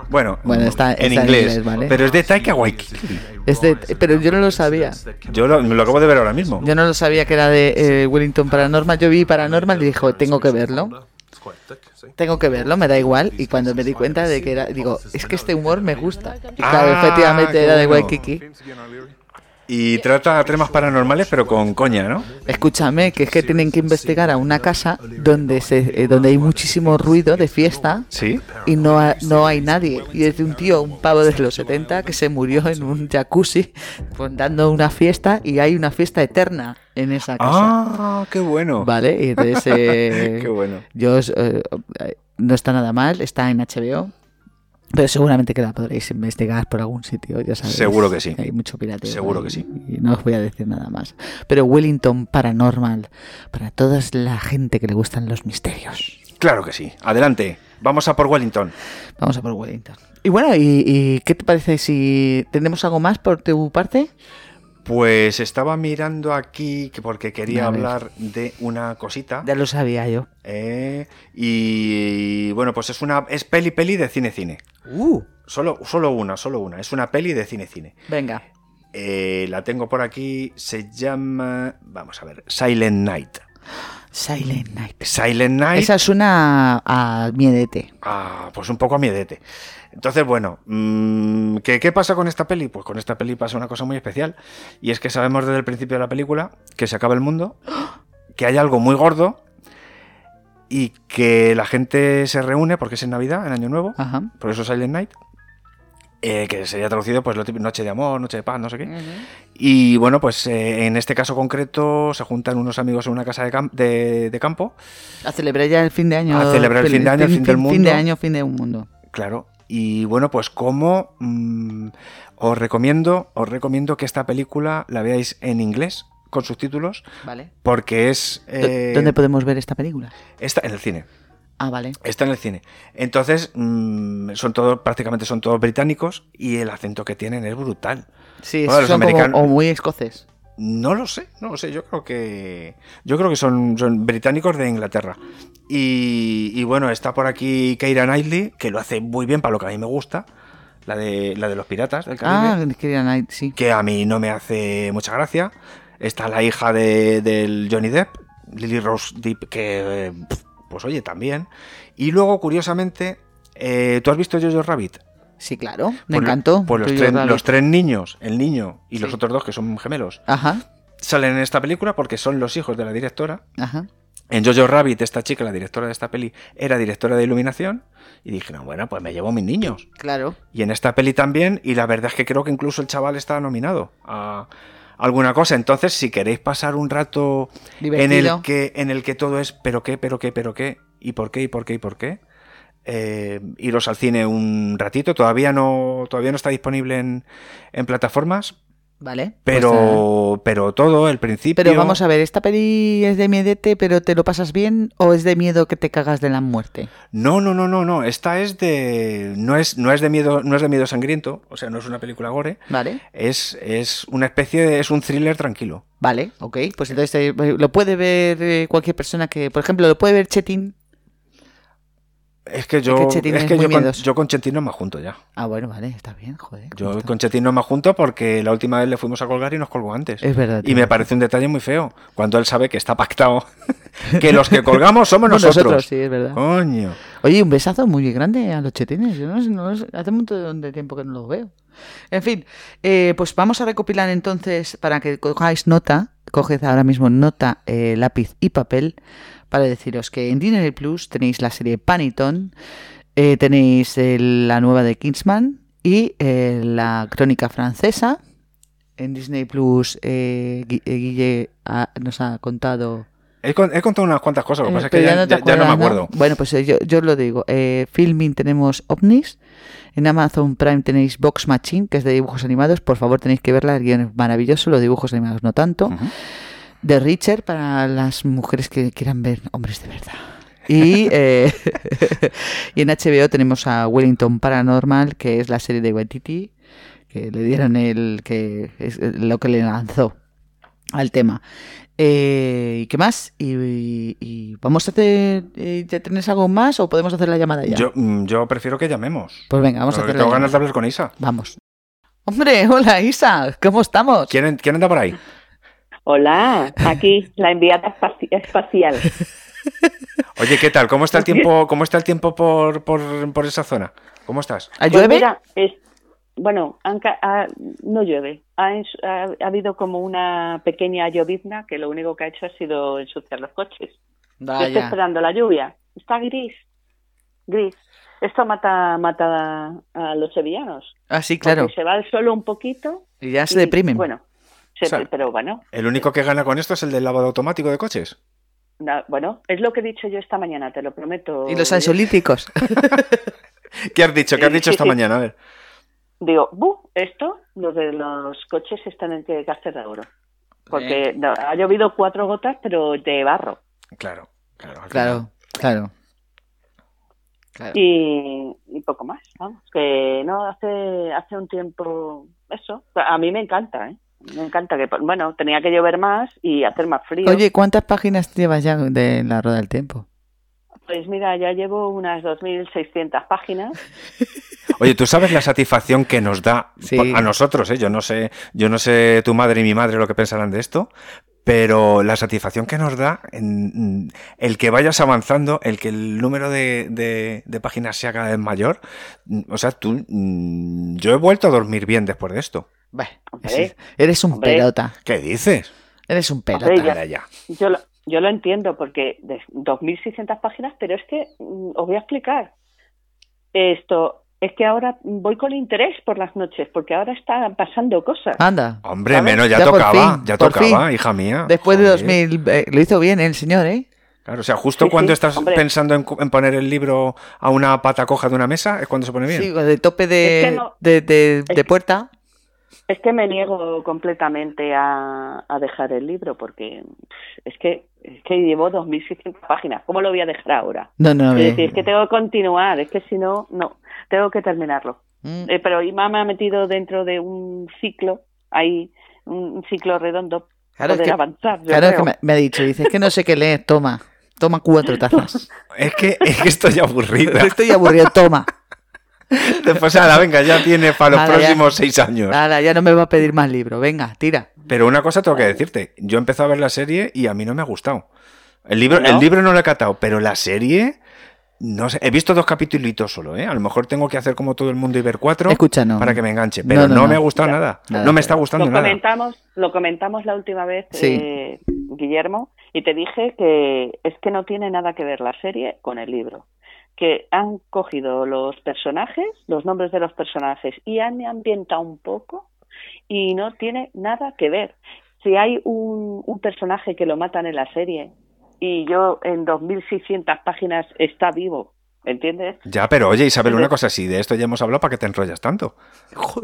B: Bueno,
A: Bueno, está-
B: en
A: está en
B: inglés.
A: inglés, ¿vale?
B: Pero es de Taika Waititi.
A: Es de- pero yo no lo sabía.
B: Yo lo, lo acabo de ver ahora mismo.
A: Yo no lo sabía que era de eh, Wellington Paranormal. Yo vi Paranormal y dijo, tengo que verlo. Tengo que verlo, me da igual. Y cuando me di cuenta de que era, digo, es que este humor me gusta. Y claro,
B: Ah,
A: efectivamente
B: qué
A: era de
B: bueno.
A: Waikiki.
B: Y trata temas paranormales, pero con coña, ¿no?
A: Escúchame, que es que tienen que investigar a una casa donde se, eh, donde hay muchísimo ruido de fiesta
B: Sí.
A: y no, ha- no hay nadie. Y es de un tío, un pavo de los 70, que se murió en un jacuzzi pues, dando una fiesta y hay una fiesta eterna en esa casa.
B: Ah, qué bueno.
A: Vale, y entonces eh,
B: Qué bueno.
A: yo os, eh, eh, no está nada mal, está en HBO. Pero seguramente que la podréis investigar por algún sitio, ya sabéis.
B: Seguro que sí.
A: Hay mucho pirateo.
B: Seguro
A: y-
B: que sí.
A: Y no os voy a decir nada más. Pero Wellington Paranormal, para toda la gente que le gustan los misterios.
B: Claro que sí. Adelante. Vamos a por Wellington.
A: Vamos a por Wellington. Y bueno, ¿y, y qué te parece si tenemos algo más por tu parte?
B: Pues estaba mirando aquí que- porque quería
A: A ver.
B: hablar de una cosita.
A: Ya lo sabía yo.
B: eh, y bueno, pues es una es peli peli de cine cine. Uh. Solo, solo una, solo una. Es una peli de cine cine.
A: Venga.
B: Eh, la tengo por aquí. Se llama. Vamos a ver. Silent Night.
A: Silent Night.
B: Silent Night.
A: Esa suena a miedete.
B: Ah, pues un poco a miedete. Entonces, bueno, mm, ¿qué, qué pasa con esta peli? Pues con esta peli pasa una cosa muy especial. Y es que sabemos desde el principio de la película que se acaba el mundo, que hay algo muy gordo y que la gente se reúne porque es en Navidad, en Año Nuevo,
A: Ajá.
B: por eso Silent Night, eh, que sería traducido pues lo típico, noche de amor, noche de paz, no sé qué. Y bueno, pues eh, en este caso concreto se juntan unos amigos en una casa de, cam- de- de campo.
A: A celebrar ya el fin de año.
B: A celebrar el fin de año, el fin del
A: Fin de
B: mundo.
A: año, fin de un mundo.
B: Claro. Y bueno, pues como mm, os recomiendo, os recomiendo que esta película la veáis en inglés con subtítulos,
A: Vale.
B: porque es eh,
A: ¿Dónde podemos ver esta película?
B: esta en el cine.
A: Ah, vale.
B: Está en el cine. Entonces, mm, son todos, prácticamente son todos británicos y el acento que tienen es brutal.
A: Sí,
B: Bueno, los
A: son como
B: americanos-
A: o muy escoces.
B: No lo sé, no lo sé. Yo creo que. Yo creo que son, son británicos de Inglaterra. Y, y bueno, está por aquí Keira Knightley, que lo hace muy bien para lo que a mí me gusta. La de, la de los piratas del
A: Ah,
B: Caribe.
A: Keira Knight, sí.
B: Que a mí no me hace mucha gracia. Está la hija de, del Johnny Depp, Lily Rose Depp, que. eh, pf, Pues oye, también. Y luego, curiosamente, eh, ¿tú has visto Jojo Rabbit?
A: Sí, claro. Me
B: Pues lo-
A: encantó.
B: Pues los,
A: Jojo
B: tres-
A: Rabbit.
B: los tres niños, el niño y los
A: Sí.
B: otros dos que son gemelos
A: Ajá,
B: salen en esta película porque son los hijos de la directora.
A: ajá.
B: En Jojo Rabbit, esta chica, la directora de esta peli, era directora de iluminación. Y dijeron, bueno, pues me llevo mis niños.
A: Claro.
B: Y en esta peli también, y la verdad es que creo que incluso el chaval está nominado a alguna cosa. Entonces, si queréis pasar un rato en el,
A: Divertido.
B: que, en el que todo es pero qué, pero qué, pero qué, y por qué, y por qué, y por qué, eh, iros al cine un ratito. Todavía no, todavía no está disponible en, en plataformas,
A: Vale. pues, eh,
B: pero, pero todo, el principio.
A: pero vamos a ver, ¿esta peli es de miedete, pero te lo pasas bien o es de miedo que te cagas de la muerte?
B: No, no, no, no, no. Esta es de. No es, no es de miedo, no es de miedo sangriento. O sea, no es una película gore.
A: Vale,
B: Es, es una especie de. es un thriller tranquilo.
A: vale, ok. Pues entonces eh, lo puede ver eh, cualquier persona que, por ejemplo, lo puede ver Chetín.
B: Es que yo.
A: que
B: Es que,
A: Chetín es muy
B: yo, con,
A: miedoso.
B: yo con Chetín no me junto ya.
A: Ah, bueno, vale, está bien, joder. ¿cómo
B: Yo
A: está?
B: con Chetín no me junto porque la última vez le fuimos a colgar y nos colgó antes.
A: Es verdad.
B: y
A: tío.
B: me parece un detalle muy feo. Cuando él sabe que está pactado. que los que colgamos somos
A: Bueno,
B: nosotros.
A: sí, es verdad.
B: Coño.
A: Oye, un besazo muy grande a los chetines. Yo no, sé- no los- hace un montón de tiempo que no los veo. En fin, eh, pues vamos a recopilar entonces para que cojáis nota, coged ahora mismo nota, eh, lápiz y papel, para deciros que en Disney Plus tenéis la serie Paniton, eh, tenéis eh, la nueva de Kingsman y eh, la crónica francesa. En Disney Plus, eh, Gui- eh, Guille ha- nos ha contado
B: He, con- he contado unas cuantas cosas, lo que pasa es que
A: Eh, pero
B: ya,
A: ya no te
B: ya- ya no me
A: acuerdas,
B: acuerdo.
A: Bueno, pues eh, yo, yo lo digo. Eh, filming tenemos OVNIS. En Amazon Prime tenéis Box Machine, que es de dibujos animados. Por favor, tenéis que verla. El guión es maravilloso. Los dibujos animados no tanto.
B: Ujú.
A: De Richard, para las mujeres que quieran ver hombres de verdad. Y, eh, y en HBO tenemos a Wellington Paranormal, que es la serie de Waititi, que le dieron el que es lo que le lanzó al tema. Eh, ¿Y qué más? ¿Y, y- y vamos a hacer. eh, ¿te ¿Tienes algo más o podemos hacer la llamada ya?
B: Yo, mm, yo prefiero que llamemos.
A: pues venga, vamos a
B: Porque
A: hacer la
B: tengo
A: llamada.
B: ganas de hablar con Isa.
A: Vamos. Hombre, hola Isa, ¿cómo estamos?
B: ¿Quién, en- quién anda por ahí?
H: Hola, aquí la enviada espaci- espacial.
B: Oye, ¿qué tal? ¿Cómo está el tiempo, cómo está el tiempo por, por, por esa zona? ¿Cómo estás?
A: ¿Ah,
H: Pues
A: ¿Llueve?
H: mira, es- bueno, han ca- ha- no llueve. Ha, ens- ha- ha habido como una pequeña llovizna que lo único que ha hecho ha sido ensuciar los coches. Yo estoy
A: Vaya.
H: esperando la lluvia. Está gris, gris. Esto mata, mata a los sevillanos.
A: Ah, sí, claro.
H: Porque se va el sol un poquito.
A: Y ya se
H: y,
A: deprimen.
H: Bueno, se-
B: O sea,
H: pero bueno,
B: El único que gana con esto es el del lavado automático de coches.
H: na- bueno, es lo que he dicho yo esta mañana, te lo prometo.
A: Y los ansiolíticos.
B: ¿Qué has dicho? ¿Qué has
H: Sí,
B: dicho
H: sí,
B: esta
H: sí.
B: mañana? A ver.
H: Digo, "Bu, esto, lo de los coches están en que gastar de oro. Porque no, ha llovido cuatro gotas, pero de barro.
B: Claro, claro. al final.
A: Claro, claro.
H: Y, y poco más, vamos. Que no, hace, hace un tiempo eso. A mí me encanta, ¿eh? Me encanta que, bueno, tenía que llover más y hacer más frío.
A: Oye, ¿cuántas páginas llevas ya de La Rueda del Tiempo?
H: Pues mira, ya llevo unas 2.600 páginas.
B: Oye, tú sabes la satisfacción que nos da
A: Sí.
B: por- a nosotros, ¿eh? Yo no sé, yo no sé tu madre y mi madre lo que pensarán de esto, pero la satisfacción que nos da en- en el que vayas avanzando, el que el número de, de- de páginas sea cada vez mayor. O sea, tú, mm, yo he vuelto a dormir bien después de esto.
A: Bah,
H: Hombre,
A: ese- eres un
H: hombre.
A: pelota.
B: ¿Qué dices?
A: Eres un pelota.
H: Hombre, ya-
B: Ahora ya.
H: Yo lo, yo lo entiendo porque de 2.600 páginas, pero es que mm, os voy a explicar esto. Es que ahora voy con interés por las noches porque ahora están pasando cosas.
A: Anda.
B: Hombre,
A: ¿sabes?
B: menos, ya,
A: por
B: tocaba,
A: fin,
B: ya
A: por
B: tocaba,
A: fin.
B: hija
H: Ah,
B: mía.
A: Después de
B: Joder.
A: 2000, eh, lo hizo bien el señor, ¿eh?
B: Claro, o sea, justo
H: Sí,
B: cuando
H: sí,
B: estás
H: hombre.
B: pensando en, cu- en poner el libro a una pata coja de una mesa, es cuando se pone bien.
A: Sí, de tope de,
H: Es que no-
A: de, de- de
H: es que-
A: puerta.
H: Es que me niego completamente a, a dejar el libro porque pff, es que, es que llevo 2.600 páginas. ¿Cómo lo voy a dejar ahora?
A: No, no,
H: Es
A: bien.
H: decir, es que tengo que continuar, es que si no, no, tengo que terminarlo.
A: Mm.
H: Eh, pero Ima me ha metido dentro de un ciclo, ahí, un ciclo redondo,
A: Claro, es
H: poder
A: que-
H: avanzar. yo
A: Claro, es que
H: creo.
A: me, me ha dicho, dice, es que no sé qué leer, toma, toma cuatro tazas.
B: Es que, es que estoy aburrida.
A: Estoy aburrido, toma.
B: Después, ahora, venga, ya tiene para los
A: Ahora ya.
B: próximos seis años.
A: Nada, ya no me va a pedir más libro, venga, tira.
B: Pero una cosa tengo que decirte. Yo empecé a ver la serie y a mí no me ha gustado. El libro,
H: ¿No?
B: el libro no lo he catado, pero la serie... No sé, he visto dos capítulos solo, ¿eh? A lo mejor tengo que hacer como todo el mundo y ver cuatro
A: Escucha, no.
B: para que me enganche.
A: No,
B: Pero
A: no,
B: no,
A: no.
B: me ha gustado
H: Ya.
B: nada.
A: Nada,
B: No
A: nada.
B: me está gustando
H: lo
B: nada.
H: comentamos lo comentamos la última vez
A: Sí.
H: eh, Guillermo y te dije que es que no tiene nada que ver la serie con el libro que han cogido los personajes los nombres de los personajes y han ambientado un poco y no tiene nada que ver si hay un, un personaje que lo matan en la serie y yo en 2600 páginas está vivo ¿entiendes?
B: Ya, pero oye, Isabel, una cosa así, de esto ya hemos hablado, ¿para qué te enrollas tanto?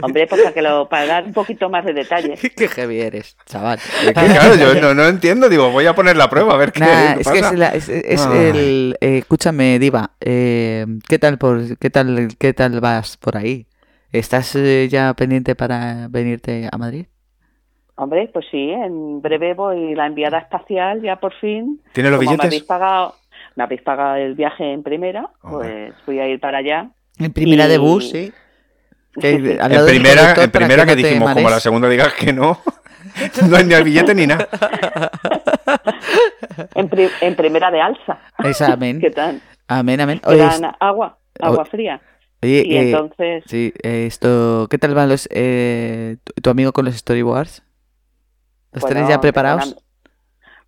H: hombre pues para que lo para dar un poquito más de detalle
A: Qué heavy eres, chaval.
B: Es que, claro, yo no, no entiendo, digo, voy a poner la prueba, a ver qué
A: Nah,
B: qué
A: es
B: pasa. Ah.
A: que es, la- es- es
B: Ay.
A: el... eh, escúchame, Diva, eh, ¿qué, tal por, qué, tal, ¿qué tal vas por ahí? ¿Estás eh, ya pendiente para venirte a Madrid?
H: Hombre, pues sí, en breve voy la enviada espacial, ya por fin.
B: ¿Tiene los
H: Como Me
B: billetes?
H: habéis, pagado, me habéis pagado el viaje en primera,
B: Hombre.
H: pues voy a ir para allá.
A: En primera de bus,
H: Y-
A: sí. Que al
B: En
A: lado del
B: primera,
A: conductor
B: en
A: para
B: primera
A: no
B: que,
A: te
B: dijimos, como
A: marees.
B: la segunda digas que no, no hay ni el billete ni nada.
H: En, pri- en primera de alza.
A: Esa, amén.
H: ¿Qué tal?
A: Amén, amén.
H: Que
A: Oye,
H: dan agua, agua
A: oye,
H: fría.
A: oye,
H: Y
A: eh,
H: entonces,
A: Sí, eh, esto. ¿Qué tal van los. eh, tu, tu amigo con los storyboards? ¿Los
H: bueno,
A: tenéis ya preparados?
H: empezarán-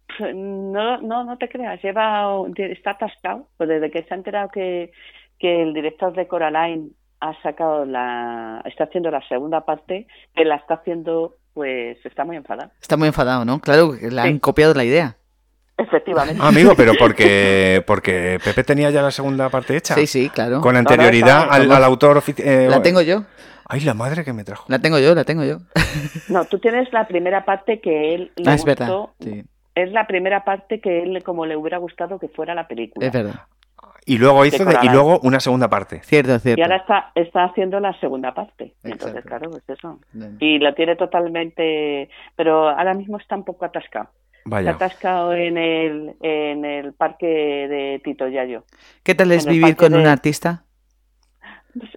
H: Pf, No, no, no te creas, lleva, está atascado. Pues desde que se ha enterado que, que el director de Coraline ha sacado la, está haciendo la segunda parte, que la está haciendo, pues está muy enfadado.
A: Está muy enfadado, ¿no? Claro, que le han
H: Sí.
A: copiado la idea.
H: Efectivamente.
B: Ah,
A: Ah.
B: Amigo, pero porque, porque Pepe tenía ya la segunda parte hecha.
A: Sí, sí, claro.
B: Con
H: no,
B: anterioridad
H: esa-
B: al, al autor oficial.
A: La tengo yo,
B: Ay, la madre que me trajo.
A: la tengo yo, la tengo yo.
H: No, tú tienes la primera parte que él le
A: Ah, es verdad.
H: gustó.
A: sí,
H: Es la primera parte que él como le hubiera gustado que fuera la película.
A: es verdad.
B: Y luego hizo de- y
H: Decorada.
B: luego una segunda parte.
A: Cierto,
H: Y
A: cierto.
H: ahora está, está haciendo la segunda parte. Y Entonces,
A: Exacto.
H: claro, pues eso.
A: Bueno.
H: Y lo tiene totalmente, pero ahora mismo está un poco atascado.
B: Vaya.
H: Está atascado en el, en el parque de Tito Yayo.
A: ¿Qué tal es
H: en el
A: vivir
H: parque
A: con un
H: de-
A: artista?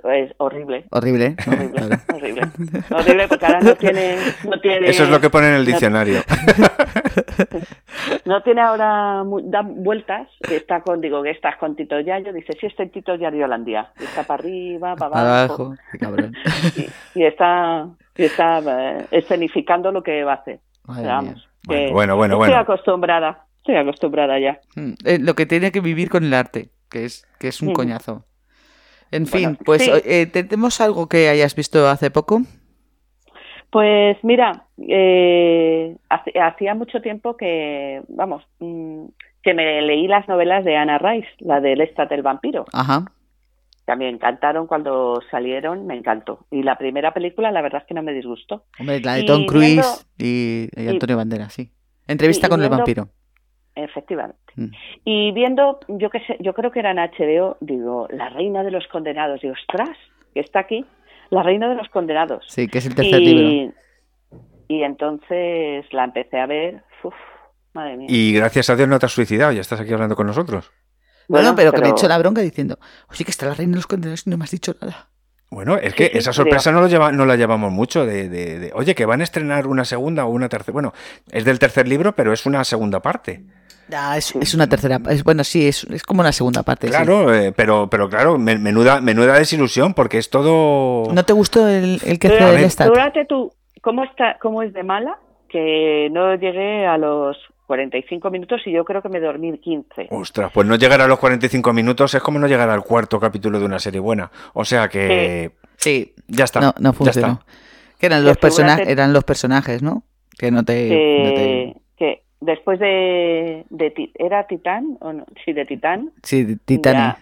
H: Pues Es horrible.
A: Horrible. ¿no?
H: Horrible,
A: Claro.
H: horrible. Horrible porque ahora no tiene, no tiene...
B: Eso es lo que pone en el
H: no-
B: diccionario.
H: No tiene ahora, mu- da vueltas, que está con, digo, que estás con Tito Yayo, dice, sí, estoy en Tito Yayo Holandía. Y está para arriba, para,
A: Para
H: abajo,
A: abajo. Qué cabrón.
H: Y, y está, y está eh, escenificando lo que va a hacer.
A: Madre
H: Vamos,
A: mía.
B: Bueno,
H: que
B: bueno, bueno,
H: Estoy
B: bueno.
H: acostumbrada, estoy acostumbrada ya.
A: Mm, eh, lo que tiene que vivir con el arte, que es, que es un
H: Ujú.
A: coñazo. En
H: Mm. Bueno,
A: fin, pues
H: sí.
A: eh, ¿tenemos algo que hayas visto hace poco?
H: Pues mira, eh, hace- hacía mucho tiempo que, vamos, mm, que me leí las novelas de Anna Rice, la del Estat del Vampiro.
A: Ajá.
H: que me encantaron cuando salieron, me encantó. Y la primera película, la verdad es que no me disgustó.
A: Hombre, la de
H: Y
A: Tom
H: viendo-
A: Cruise y, y
H: y-
A: Antonio Banderas, sí. Entrevista
H: y
A: con el
H: viendo-
A: vampiro.
H: Efectivamente.
A: Mm.
H: Y viendo, yo que sé, yo creo que era en HBO, digo, La Reina de los Condenados, digo, ostras, que está aquí, La Reina de los Condenados.
A: Sí, que es el tercer
H: y,
A: libro.
H: y entonces la empecé a ver, uf, madre mía.
B: Y gracias a Dios no te has suicidado, ya estás aquí hablando con nosotros.
A: Bueno,
H: Bueno,
A: pero que me he hecho la bronca diciendo, oye, que está la reina de los condenados y no me has dicho nada.
B: Bueno, es que
H: Sí, sí,
B: esa
H: sí,
B: sorpresa no, lo lleva, no la llevamos mucho de, de- de, oye, que van a estrenar una segunda o una tercera. Bueno, es del tercer libro, pero es una segunda parte.
A: Ah, es, es una tercera. Es, bueno, sí, es, es como una segunda parte. sí.
B: Claro, eh, pero, pero claro, men- menuda, menuda desilusión, porque es todo.
A: ¿No te gustó el, el que
H: Pero,
A: hace
B: a
A: el
B: ver,
A: Lestat?
H: Fíjate tú, ¿cómo, está, ¿cómo es de mala que no llegué a los 45 minutos y yo creo que me dormí 15?
B: Ostras, pues no llegar a los 45 minutos es como no llegar al cuarto capítulo de una serie buena. O sea que.
A: Sí,
B: Ya está.
A: no, no
B: ya está.
A: funcionó. Que eran
H: Que
A: los, persona-
H: seguramente-
A: eran los personajes, ¿no? Que no te... no
H: que,
B: Eh,
A: te-
H: que después de, de Ti- era Titán o no? sí de Titán
A: Sí, Titanic.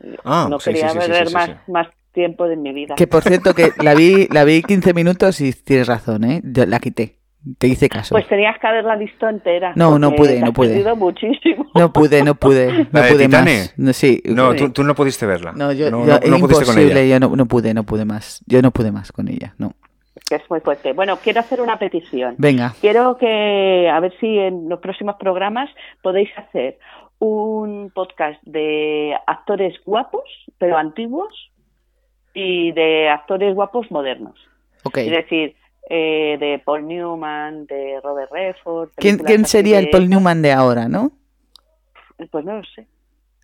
H: ya,
B: Ah,
H: no
B: sí, sí,
H: quería
B: Ah,
A: Ah,
B: sí, sí,
H: ver
B: sí, sí,
H: más
B: sí.
H: más tiempo de mi vida.
A: Que por cierto, que la vi, la vi 15 minutos y tienes razón, ¿eh? Yo la quité. Te hice caso.
H: Pues tenías que haberla visto entera.
A: No, no
H: porque
A: pude,
H: te
A: no
H: has
A: pude.
H: perdido muchísimo.
A: No pude, no pude. No
B: ¿La de
A: pude
B: Titane?
A: más. No, sí.
B: No, tú, tú no pudiste verla.
A: No, yo,
B: no,
A: yo-
B: no-
A: es
B: no pudiste con
A: imposible,
B: ella.
A: yo no, no pude, no pude más. Yo no pude más con ella, no.
H: Que es muy fuerte. Bueno, quiero hacer una petición.
A: Venga,
H: Quiero que, a ver si en los próximos programas podéis hacer un podcast de actores guapos, pero antiguos, y de actores guapos modernos.
A: ok.
H: Es decir, eh, de Paul Newman, de Robert Redford.
A: ¿Quién,
H: películas
A: quién
H: así
A: sería el
H: de-
A: Paul Newman de ahora, no?
H: Pues no lo sé.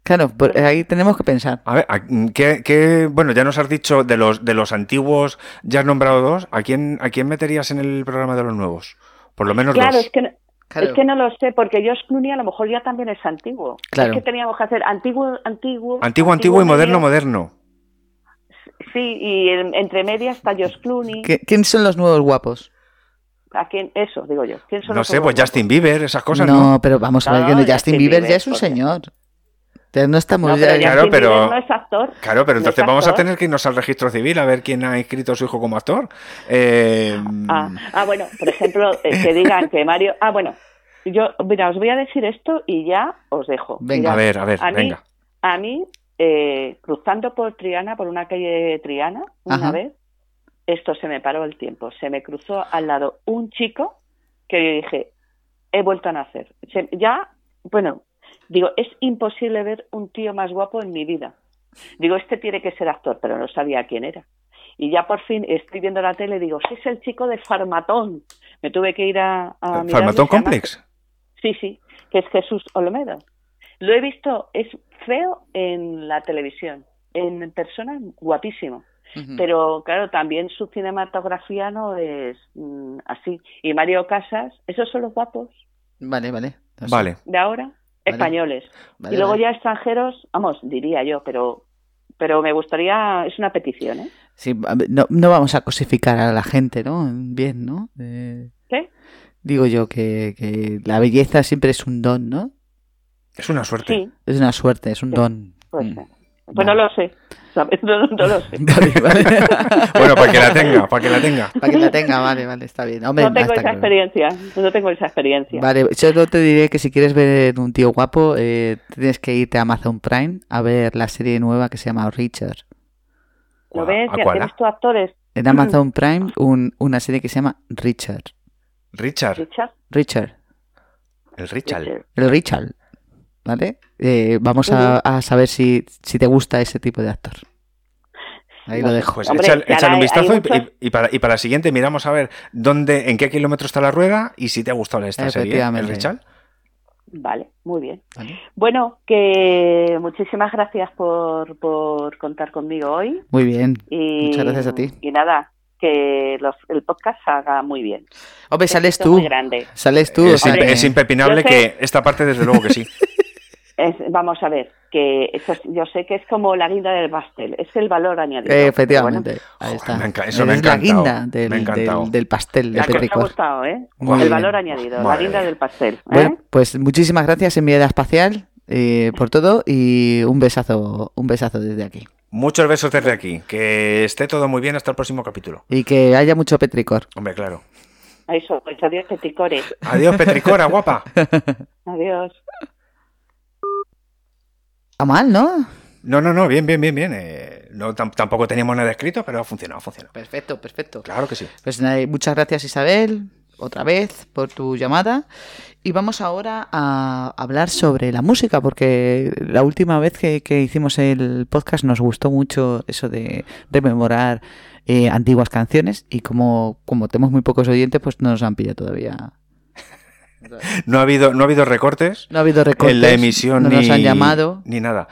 A: Claro, por- eh, ahí tenemos que pensar.
B: A ver, ¿a- ¿qué, qué- bueno, ya nos has dicho de los, de los antiguos, ya has nombrado dos. ¿A quién, ¿A quién meterías en el programa de los nuevos? Por lo menos
H: Claro,
B: dos.
H: es que, no-
A: Claro.
H: es que no lo sé, porque George Clooney a lo mejor ya también es antiguo.
A: Claro.
H: Es que teníamos que hacer antiguo, antiguo.
B: Antiguo, antiguo y moderno,
H: medio.
B: moderno.
H: Sí, y en- entre medias está George Clooney.
A: ¿Qui- ¿Quién son los nuevos guapos?
H: ¿A quién? Eso, digo yo. ¿Quién son
B: No
H: los
B: sé, pues
H: nuevos?
B: Justin Bieber, esas cosas,
A: no,
B: ¿no?
A: pero vamos a ver,
H: No,
A: que no-
H: Justin
A: Justin Bieber ya
H: Bieber,
A: es un
H: porque-
A: señor. Ya no
H: No,
A: estamos...
H: pero
A: ya-
B: Claro,
H: Justin
B: pero-
H: Bieber no es actor.
B: Claro, pero
H: No
B: entonces
H: es
B: vamos a
H: actor.
B: tener que irnos al registro civil a ver quién ha inscrito a su hijo como actor. Eh,
H: Ah, ah, bueno, por ejemplo, eh, que digan que Mario. Ah, bueno, yo, mira, os voy a decir esto y ya os dejo.
A: Venga.
B: a
H: Mirad,
B: ver, a ver,
H: a mí-
B: venga.
H: A mí, eh, cruzando por Triana, por una calle de Triana, una
A: Ajá.
H: vez, esto se me paró el tiempo. Se me cruzó al lado un chico que yo dije, he vuelto a nacer. Se- ya, bueno, digo, es imposible ver un tío más guapo en mi vida. Digo, este tiene que ser actor, pero no sabía quién era. Y ya por fin estoy viendo la tele y digo, sí, es el chico de Farmatón. Me tuve que ir a... a mirarlo,
B: Eh, ¿Farmatón
H: se llama-
B: Complex?
H: Sí, sí, que es Jesús Olmedo. Lo he visto, es feo en la televisión, en persona guapísimo,
A: Ujú.
H: pero claro, también su cinematografía no es mm, así. Y Mario Casas, esos son los guapos
A: Vale, vale. No sé.
B: Vale.
H: de ahora, españoles.
A: Vale,
H: y luego
A: vale.
H: ya extranjeros, vamos, diría yo, pero pero me gustaría, es una petición, ¿eh?
A: Sí, a ver, no, no vamos a cosificar a la gente, ¿no? Bien, ¿no? Eh,
H: ¿Qué?
A: digo yo que, que la belleza siempre es un don, ¿no?
B: Es una suerte.
H: Sí,
A: Es una suerte, es un
H: Sí,
A: don.
H: pues,
A: Mm.
H: pues no lo sé, ¿sabes? No, no lo sé.
A: Vale, vale.
B: Bueno, para que la tenga, para que la tenga.
A: Para que la tenga, vale, vale, está bien. Hombre,
H: No tengo
A: está
H: esa
A: claro.
H: experiencia, no tengo esa experiencia.
A: Vale, solo te diré que si quieres ver un tío guapo, eh, tienes que irte a Amazon Prime a ver la serie nueva que se llama Richard.
H: ¿Lo
B: Guau,
H: ves?
B: ¿a
H: Ya
B: cuál, ah?
H: tienes tú actores,
A: En Amazon Prime, un- una serie que se llama Richard.
B: Richard,
H: Richard.
A: Richard,
B: el Richard.
H: Richard.
A: el Richard. ¿Vale? Eh, vamos a, a saber si, si te gusta ese tipo de actor. Ahí lo dejo.
B: Pues
H: Hombre,
B: échale,
H: claro,
B: échale un
H: hay-
B: vistazo
H: hay
B: y-
H: muchos-
B: y, y para, y para la siguiente miramos a ver dónde, en qué kilómetro está la rueda y si te ha gustado esta serie. El
A: Efectivamente.
B: Richard.
H: Vale, muy bien.
A: Vale.
H: Bueno, que muchísimas gracias por, por contar conmigo hoy.
A: Muy bien.
H: Y,
A: Muchas gracias a ti.
H: Y nada, que los- el podcast salga muy bien.
A: Hombre, Pues sales
H: Esto es
A: tú.
H: muy grande.
A: Sales tú. o
B: es,
A: sea
B: impe-
A: que-
B: es impepinable
H: Yo sé-
B: que esta parte, desde luego que sí.
H: Es- vamos a ver, que eso es- yo sé que es como la guinda del pastel, es el valor añadido.
A: Eh,
H: Pero bueno,
A: Efectivamente. Ahí
B: Joder,
A: está.
B: me enca- eso me ha
A: es la
B: encantado.
A: guinda del,
B: Me ha encantado.
A: del- del pastel de
H: la que os ha
A: Petricor.
H: gustado, ¿eh?
A: Muy
H: el
A: bien.
H: valor añadido, la
B: Madre
H: guinda
B: mía.
H: del pastel. ¿eh?
A: Bueno, pues muchísimas gracias, Enviada Espacial, eh, por todo y un besazo, un besazo desde aquí.
B: Muchos besos desde aquí. Que esté todo muy bien hasta el próximo capítulo.
A: Y que haya mucho Petricor.
B: Hombre, claro.
H: Eso, pues adiós, peticores.
B: Adiós, Petricora, guapa.
H: Adiós.
A: Está Ah, mal, ¿no?
B: No, no, no, bien, bien, bien, bien. eh, no, tam- tampoco teníamos nada escrito, pero ha funcionado, ha funcionado.
A: Perfecto, perfecto.
B: Claro que sí.
A: Pues nada, y muchas gracias Isabel, otra vez, por tu llamada. Y vamos ahora a hablar sobre la música, porque la última vez que, que hicimos el podcast nos gustó mucho eso de rememorar eh, antiguas canciones y como, como tenemos muy pocos oyentes, pues no nos han pillado todavía.
B: No ha habido, no ha habido recortes.
A: No ha habido recortes,
B: en la emisión
A: no nos
B: ni,
A: han llamado.
B: ni nada.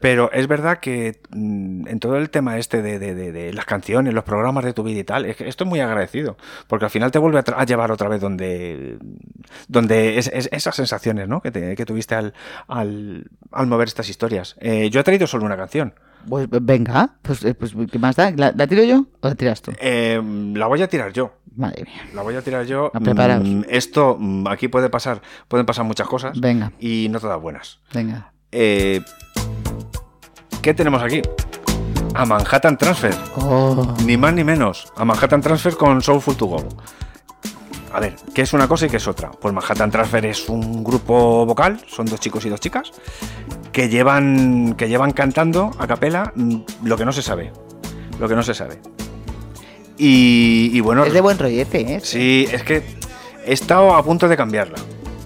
B: Pero es verdad que mm, en todo el tema este de, de- de- de las canciones, los programas de tu vida y tal, es que esto es muy agradecido, porque al final te vuelve a, tra- a llevar otra vez donde, donde es- es- esas sensaciones ¿no? que, te- que tuviste al, al, al mover estas historias. Eh, yo he traído solo una canción.
A: Pues venga, pues, eh, pues, ¿qué más da? ¿La, la tiro yo o la tiras tú?
B: Eh, la voy a tirar yo.
A: Madre mía.
B: La voy a tirar yo.
A: Ah, preparaos.
B: Mm, esto mm, aquí puede pasar, pueden pasar muchas cosas
A: Venga,
B: y no todas buenas.
A: venga.
B: Eh, ¿Qué tenemos aquí? a Manhattan Transfer.
A: Oh.
B: Ni más ni menos. A Manhattan Transfer con Soulful to Go. A ver, ¿qué es una cosa y qué es otra? Pues Manhattan Transfer es un grupo vocal, son dos chicos y dos chicas, que llevan, que llevan cantando a capela mm, lo que no se sabe. Lo que no se sabe. Y, y bueno.
A: Es de buen rollete, ¿eh?
B: Sí, es que he estado a punto de cambiarla.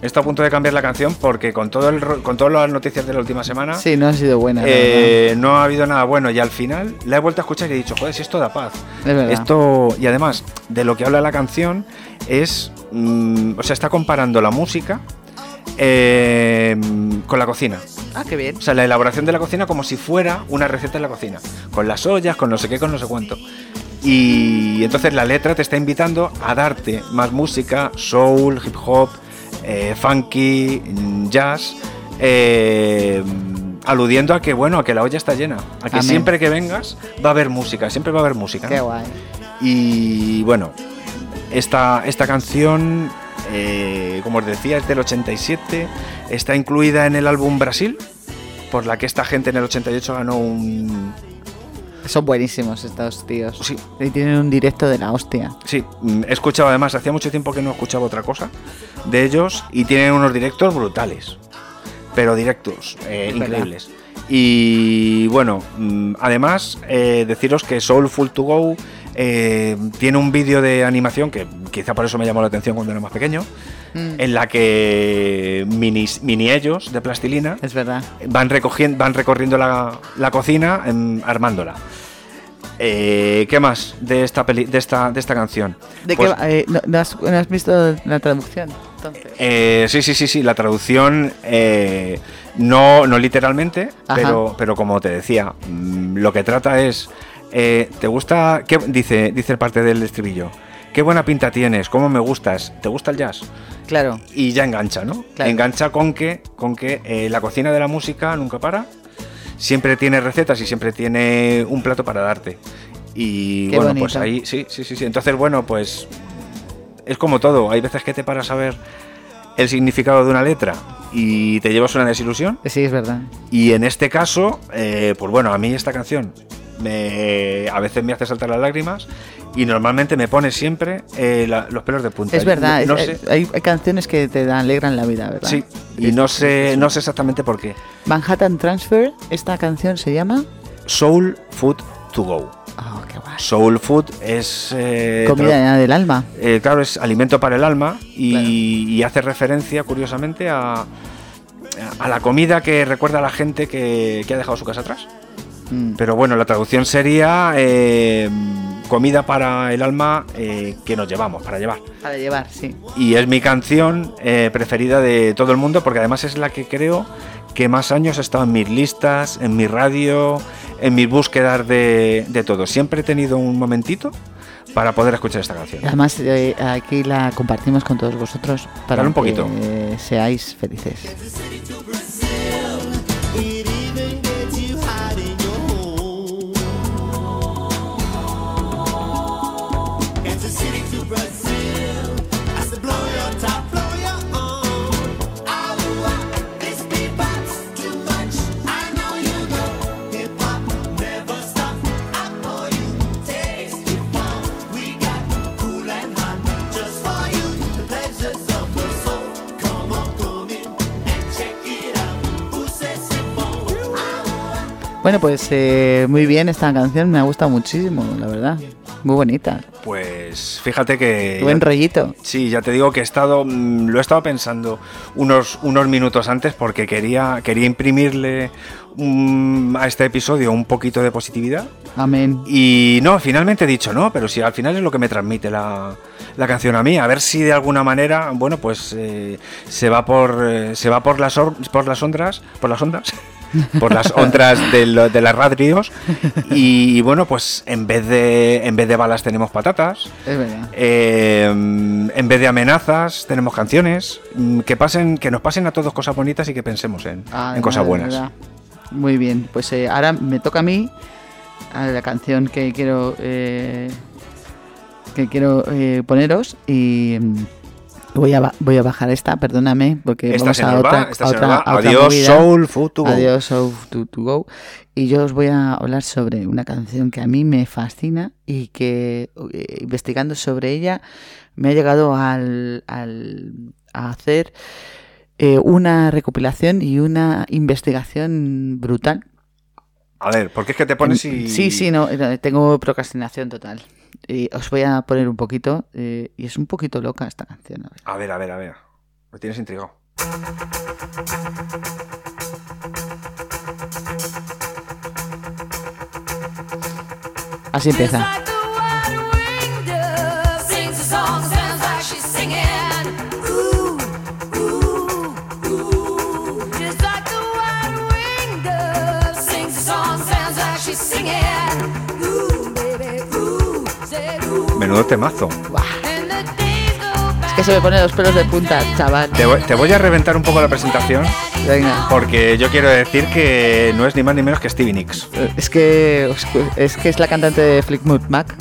B: He estado a punto de cambiar la canción porque con, todo el, ro- con todas las noticias de la última semana
A: Sí, no ha sido buena. la
B: eh, no ha habido nada bueno y al final la he vuelto a escuchar y he dicho, joder, si esto da paz.
A: Es verdad.
B: esto Y además, de lo que habla la canción es, mm, o sea, está comparando la música eh, con la cocina.
A: verdad. Ah, qué bien.
B: O sea, la elaboración de la cocina como si fuera una receta en la cocina. Con las ollas, con no sé qué, con no sé cuánto. Y entonces la letra te está invitando a darte más música, soul, hip hop, eh, funky, mm, jazz, eh, aludiendo a que, bueno, a que la olla está llena. A que
A: Amén.
B: siempre que vengas va a haber música, siempre va a haber música.
A: Qué
B: ¿no?
A: guay.
B: Y bueno, esta, esta canción, eh, como os decía, es del 87, está incluida en el álbum Brasil, por la que esta gente en el 88 ganó un...
A: Son buenísimos estos tíos.
B: Sí,
A: Y tienen un directo de la hostia.
B: sí, mm, he escuchado además, hacía mucho tiempo que no escuchaba otra cosa de ellos y tienen unos directos brutales, pero directos, eh,
A: Es verdad.
B: increíbles. Y bueno, mm, además eh, deciros que Soulful to Go eh, tiene un vídeo de animación que quizá por eso me llamó la atención cuando era más pequeño,
A: Mm,
B: en la que mini, mini ellos de plastilina
A: es verdad.
B: van, recogiendo, van recorriendo la, la cocina em, armándola. Eh, ¿Qué más de esta, peli- de esta, de esta canción?
A: ¿De
B: Pues,
A: qué va? Eh, no, no has, no has visto la traducción? Entonces.
B: eh, sí, sí, sí, sí, la traducción eh, no, no literalmente,
A: Ajá.
B: pero, pero como te decía, mm, lo que trata es, eh, ¿te gusta? Qué, dice, dice el parte del estribillo, ¿qué buena pinta tienes? ¿Cómo me gustas? ¿Te gusta el jazz?
A: claro.
B: y ya engancha, ¿no?
A: Claro.
B: Engancha con que, con que eh, la cocina de la música nunca para, siempre tiene recetas y siempre tiene un plato para darte. Y
A: Qué
B: bueno,
A: bonito.
B: pues ahí, sí, sí, sí, sí. Entonces, bueno, pues es como todo. Hay veces que te paras a ver el significado de una letra y te llevas una desilusión.
A: Sí, es verdad.
B: Y en este caso, eh, pues bueno, a mí esta canción me- a veces me hace saltar las lágrimas y normalmente me pone siempre eh, la- los pelos de punta.
A: Es verdad.
B: No- no
A: es-
B: sé-
A: eh, hay, hay canciones que te alegran la vida, ¿verdad?
B: Sí, y no sé, no sé exactamente por qué.
A: Manhattan Transfer, esta canción se llama.
B: Soul Food to Go.
A: Oh, qué guay.
B: Soul Food es. eh, tra-
A: Comida del alma.
B: eh, claro, es alimento para el alma y,
A: Claro.
B: y hace referencia, curiosamente, a, a la comida que recuerda a la gente que, que ha dejado su casa atrás.
A: Mm.
B: Pero bueno, la traducción sería eh, comida para el alma eh, que nos llevamos, para llevar.
A: Para llevar, sí.
B: Y es mi canción eh, preferida de todo el mundo porque además es la que creo que más años ha estado en mis listas, en mi radio, en mis búsquedas de, de todo. Siempre he tenido un momentito para poder escuchar esta canción.
A: Además, eh, aquí la compartimos con todos vosotros para
B: Dale un poquito.
A: que seáis felices. Bueno, pues eh, muy bien esta canción, me ha gustado muchísimo, la verdad. Muy bonita.
B: Pues fíjate que...
A: Buen rollito.
B: Sí, ya te digo que he estado, mm, lo he estado pensando unos, unos minutos antes porque quería, quería imprimirle mm, a este episodio un poquito de positividad.
A: Amén.
B: Y no, finalmente he dicho no, pero si al final es lo que me transmite la, la canción a mí, a ver si de alguna manera, bueno, pues eh, se va por eh, se va por las or- por las ondas, por las ondas, por las ondas de, lo- de las radios y, bueno, pues en vez de en vez de balas tenemos patatas,
A: Es verdad.
B: eh, en vez de amenazas tenemos canciones mm, que pasen que nos pasen a todos cosas bonitas y que pensemos en,
A: Ah,
B: en cosas
A: de
B: buenas.
A: verdad. Muy bien, pues eh, ahora me toca a mí a la canción que quiero eh, que quiero eh, poneros y mm, Voy a, ba- voy a bajar esta, perdóname, porque
B: Esta
A: vamos
B: se
A: a
B: nos va,
A: otra,
B: esta
A: a
B: se nos
A: otra-
B: va.
A: a otra
B: Adiós,
A: movida.
B: Soul Food to Go.
A: Adiós, Soul Food to Go. Y yo os voy a hablar sobre una canción que a mí me fascina y que eh, investigando sobre ella me ha llegado al, al- a hacer eh, una recopilación y una investigación brutal
B: A ver, porque es que te pones y.
A: Sí, sí, no, eh, tengo procrastinación total. Y os voy a poner un poquito, eh, y es un poquito loca esta canción. a ver.
B: A ver, a ver, a ver. Me tienes intrigado.
A: Así empieza.
B: Menudo temazo.
A: Es que se me ponen los pelos de punta, chaval.
B: Te voy, te voy a reventar un poco la presentación
A: Venga.
B: porque yo quiero decir que no es ni más ni menos que Stevie Nicks.
A: Eh, Es que, os cu- es que es la cantante de Flickmood Mac.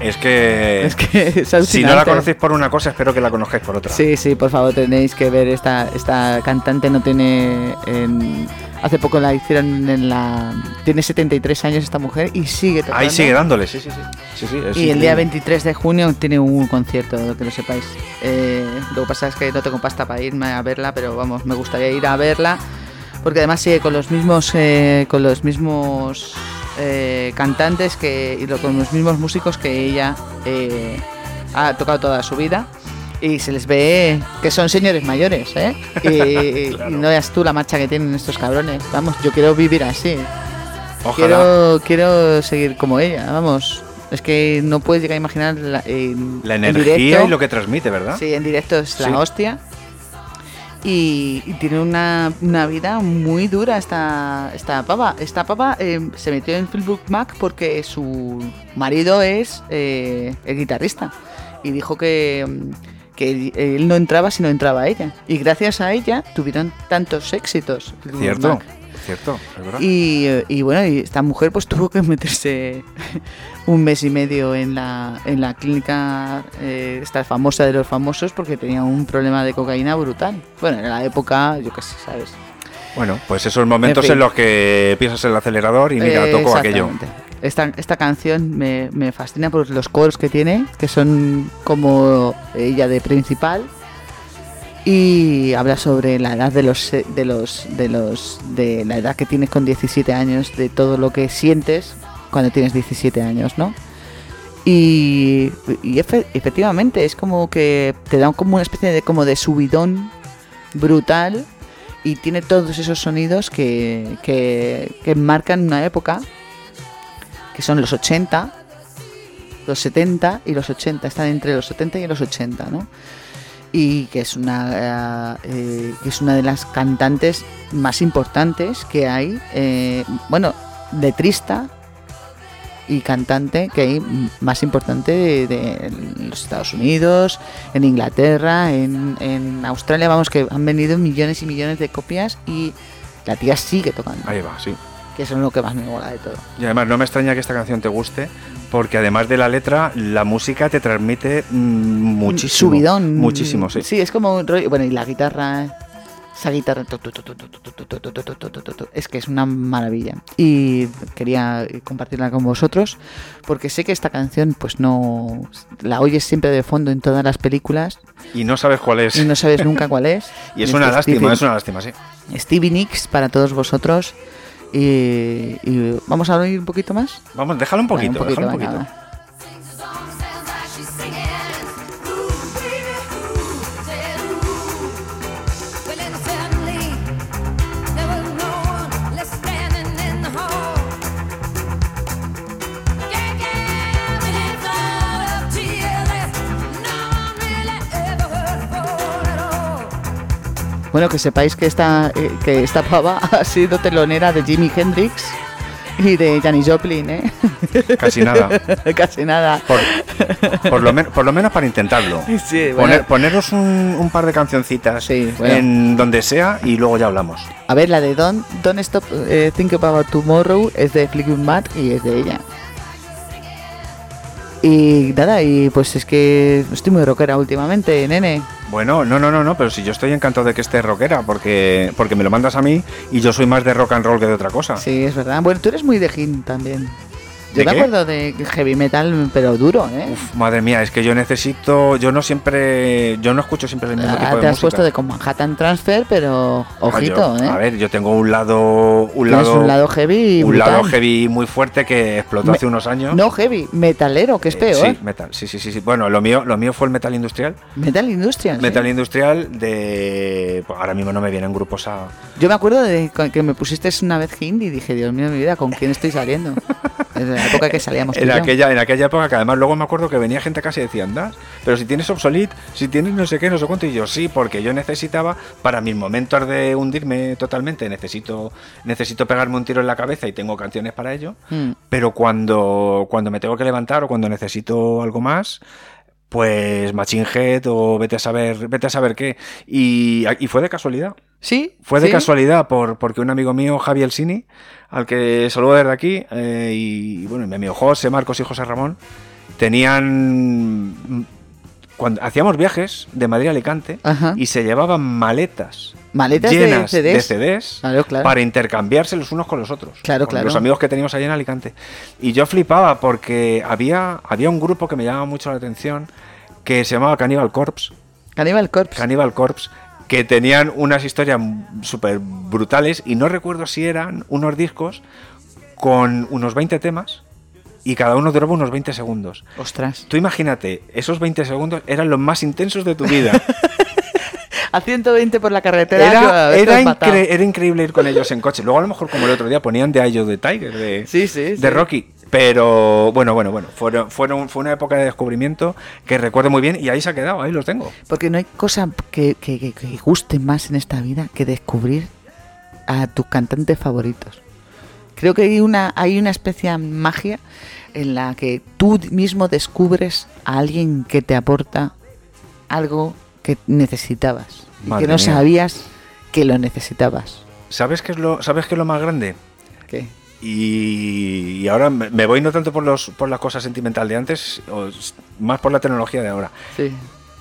B: Es que.
A: Es que es
B: Eh. si no la
A: alucinante.
B: conocéis por una cosa, espero que la conozcáis por otra.
A: Sí, sí, por favor, tenéis que ver esta, esta cantante no tiene en- hace poco la hicieron en la tiene 73 años esta mujer y sigue tocando.
B: Ahí sigue dándole, sí, sí, sí. Sí, sí, es
A: Y el día
B: increíble.
A: 23 de junio tiene un concierto, lo que lo sepáis. Eh, lo que pasa es que no tengo pasta para irme a verla, pero vamos, me gustaría ir a verla. Porque además sigue con los mismos, eh, con los mismos eh, cantantes que, y lo- con los mismos músicos que ella eh, ha tocado toda su vida. Y se les ve que son señores mayores, ¿eh? Y, y no veas tú la marcha que tienen estos cabrones. Vamos, yo quiero vivir así.
B: Ojalá.
A: Quiero, quiero seguir como ella, vamos. Es que no puedes llegar a imaginar la, en-
B: La
A: en
B: energía
A: directo.
B: y lo que transmite, ¿verdad?
A: Sí, en directo es
B: Sí.
A: la hostia. Y, y tiene una, una vida muy dura esta, esta papa. Esta papa eh, se metió en Facebook Mac porque su marido es eh, el guitarrista. Y dijo que, mm, que él no entraba si no entraba ella. Y gracias a ella tuvieron tantos éxitos. Fleetwood
B: Cierto,
A: Mac.
B: cierto, es verdad.
A: Y, eh, y bueno, y esta mujer pues tuvo que meterse un mes y medio en la, en la clínica eh, esta famosa de los famosos porque tenía un problema de cocaína brutal. Bueno, en la época, yo qué sé, ¿sabes?
B: Bueno, pues esos momentos en,
A: En fin.
B: los que pisas el acelerador y mira,
A: Eh,
B: toco aquello.
A: exactamente. Esta, esta canción me, me fascina por los coros que tiene, que son como ella de principal. Y habla sobre la edad de los eh, de los de los de la edad que tienes con 17 años, de todo lo que sientes cuando tienes 17 años, ¿no? Y, y efe- efectivamente es como que te da como una especie de como de subidón brutal y tiene todos esos sonidos que, que, que marcan una época, que son los 80, los 70 y los 80, están entre los 70 y los 80, ¿no? Y que es una, eh, eh, que es una de las cantantes más importantes que hay, eh, bueno, letrista y cantante que hay m- más importante de, de los Estados Unidos, en Inglaterra, en, en Australia, vamos, que han venido millones y millones de copias y la tía sigue tocando,
B: Ahí va, sí.
A: que eso es lo que más me mola de todo.
B: Y además no me extraña que esta canción te guste, porque además de la letra, la música te transmite mm, muchísimo.
A: Subidón.
B: Muchísimo, sí.
A: Sí, es como un rollo, bueno, y la guitarra, esa guitarra, tu, tu, tu, tu, tu, tu, tu, tu, tu, tu, tu, tu, tu, tu, tu, es que es una maravilla. Y quería compartirla con vosotros, porque sé que esta canción, pues no, la oyes siempre de fondo en todas las películas
B: Y no sabes cuál es.
A: y no sabes nunca cuál es.
B: Y es una
A: que
B: lástima,
A: Stevie-
B: es una lástima, sí.
A: Stevie Nicks para todos vosotros. Y, y vamos a oír un poquito más.
B: Vamos, déjalo un
A: Venga,
B: poquito,
A: un poquito,
B: déjalo un
A: venga,
B: poquito.
A: va. Bueno, que sepáis que esta, eh, que esta pava ha sido telonera de Jimi Hendrix y de Janis Joplin, ¿eh?
B: Casi nada.
A: Casi nada.
B: Por, por lo men- por lo menos para intentarlo.
A: Sí, bueno.
B: Poner- poneros un, un par de cancioncitas
A: Sí, bueno.
B: en donde sea y luego ya hablamos.
A: A ver, la de Don, Don't Stop eh, Think About Tomorrow es de Fleetwood Mac y es de ella. Y nada, y pues es que estoy muy rockera últimamente, nene.
B: Bueno, no, no, no, no, pero si yo estoy encantado de que esté rockera, porque, porque me lo mandas a mí y yo soy más de rock and roll que de otra cosa.
A: Sí, es verdad. Bueno, tú eres muy de Gin también. Yo
B: Ah. ¿De
A: me
B: qué?
A: acuerdo de heavy metal, pero duro, ¿eh?
B: Uf, madre mía, es que yo necesito, yo no siempre, yo no escucho siempre el mismo
A: Ah,
B: tipo de
A: te has
B: música.
A: puesto de con Manhattan Transfer, pero ojito,
B: Ah, yo-
A: ¿eh?
B: A ver, yo tengo un lado, un
A: Tienes
B: lado,
A: un lado heavy y
B: un
A: brutal.
B: lado heavy muy fuerte que explotó
A: Me-
B: hace unos años.
A: No heavy, metalero, que es
B: Eh,
A: peor.
B: sí, metal. Sí, sí, sí, sí. Bueno, lo mío, lo mío fue el metal industrial.
A: Metal Industrial. ¿Ah, sí.
B: Metal industrial de, pues, ahora mismo no me vienen grupos a.
A: Yo me acuerdo de con- que me pusiste una vez hindi y dije, Dios mío, mi vida, ¿con quién estoy saliendo? en la época que salíamos. tú y
B: En
A: yo.
B: aquella, en aquella época, que además luego me acuerdo que venía gente casi y decía, anda, pero si tienes obsolete, si tienes no sé qué, no sé cuánto, y yo sí, porque yo necesitaba, para mis momentos de hundirme totalmente, necesito, necesito pegarme un tiro en la cabeza y tengo canciones para ello,
A: Mm.
B: pero cuando, cuando me tengo que levantar o cuando necesito algo más, pues Machine Head o vete a saber, vete a saber qué. Y, y fue de casualidad.
A: Sí.
B: Fue de
A: sí.
B: casualidad por, porque un amigo mío, Javi Elsini, al que saludo desde aquí, eh, y, bueno, mi amigo José, Marcos y José Ramón, tenían... mm, Cuando hacíamos viajes de Madrid a Alicante
A: Ajá.
B: y se llevaban maletas,
A: Maletas de
B: llenas de
A: CDs.
B: CDs,
A: Claro, claro.
B: para intercambiarse los unos con los otros.
A: Claro,
B: con
A: claro.
B: Los amigos que teníamos allí en Alicante. Y yo flipaba porque había, había un grupo que me llamaba mucho la atención que se llamaba Cannibal Corpse.
A: Cannibal Corpse.
B: Cannibal Corpse que tenían unas historias súper brutales y no recuerdo si eran unos discos con unos 20 temas y cada uno duraba unos 20 segundos.
A: Ostras.
B: Tú imagínate, esos 20 segundos eran los más intensos de tu vida.
A: A 120 por la carretera.
B: Era,
A: yo-
B: era
A: esto es patao.
B: incre- era increíble ir con ellos en coche. Luego a lo mejor como el otro día ponían de Ayo de Tiger, de,
A: Sí, sí,
B: de
A: sí.
B: Rocky. Pero bueno, bueno, bueno, fueron, fueron, fue una época de descubrimiento que recuerdo muy bien y ahí se ha quedado, ahí los tengo.
A: Porque no hay cosa que, que- que- que guste más en esta vida que descubrir a tus cantantes favoritos. Creo que hay una, hay una especie de magia en la que tú mismo descubres a alguien que te aporta algo que necesitabas y
B: Madre
A: que no
B: mía.
A: sabías que lo necesitabas.
B: ¿Sabes qué es lo, sabes qué es lo más grande?
A: ¿Qué?
B: Y, y ahora me me voy no tanto por, los, por la cosa sentimental de antes, o s- más por la tecnología de ahora.
A: Sí,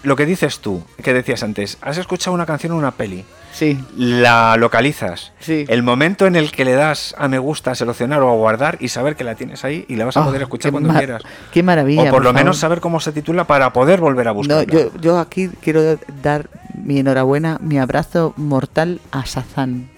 B: Lo que dices tú, que decías antes, has escuchado una canción en una peli,
A: sí,
B: la localizas.
A: sí.
B: El momento en el que le das a me gusta, a seleccionar o a guardar y saber que la tienes ahí y la vas a
A: Oh,
B: poder escuchar
A: qué
B: cuando
A: ma-
B: quieras.
A: Qué maravilla.
B: O por lo menos
A: favor.
B: saber cómo se titula para poder volver a
A: No,
B: buscarla.
A: yo, yo aquí quiero dar mi enhorabuena, mi abrazo mortal a Sazán.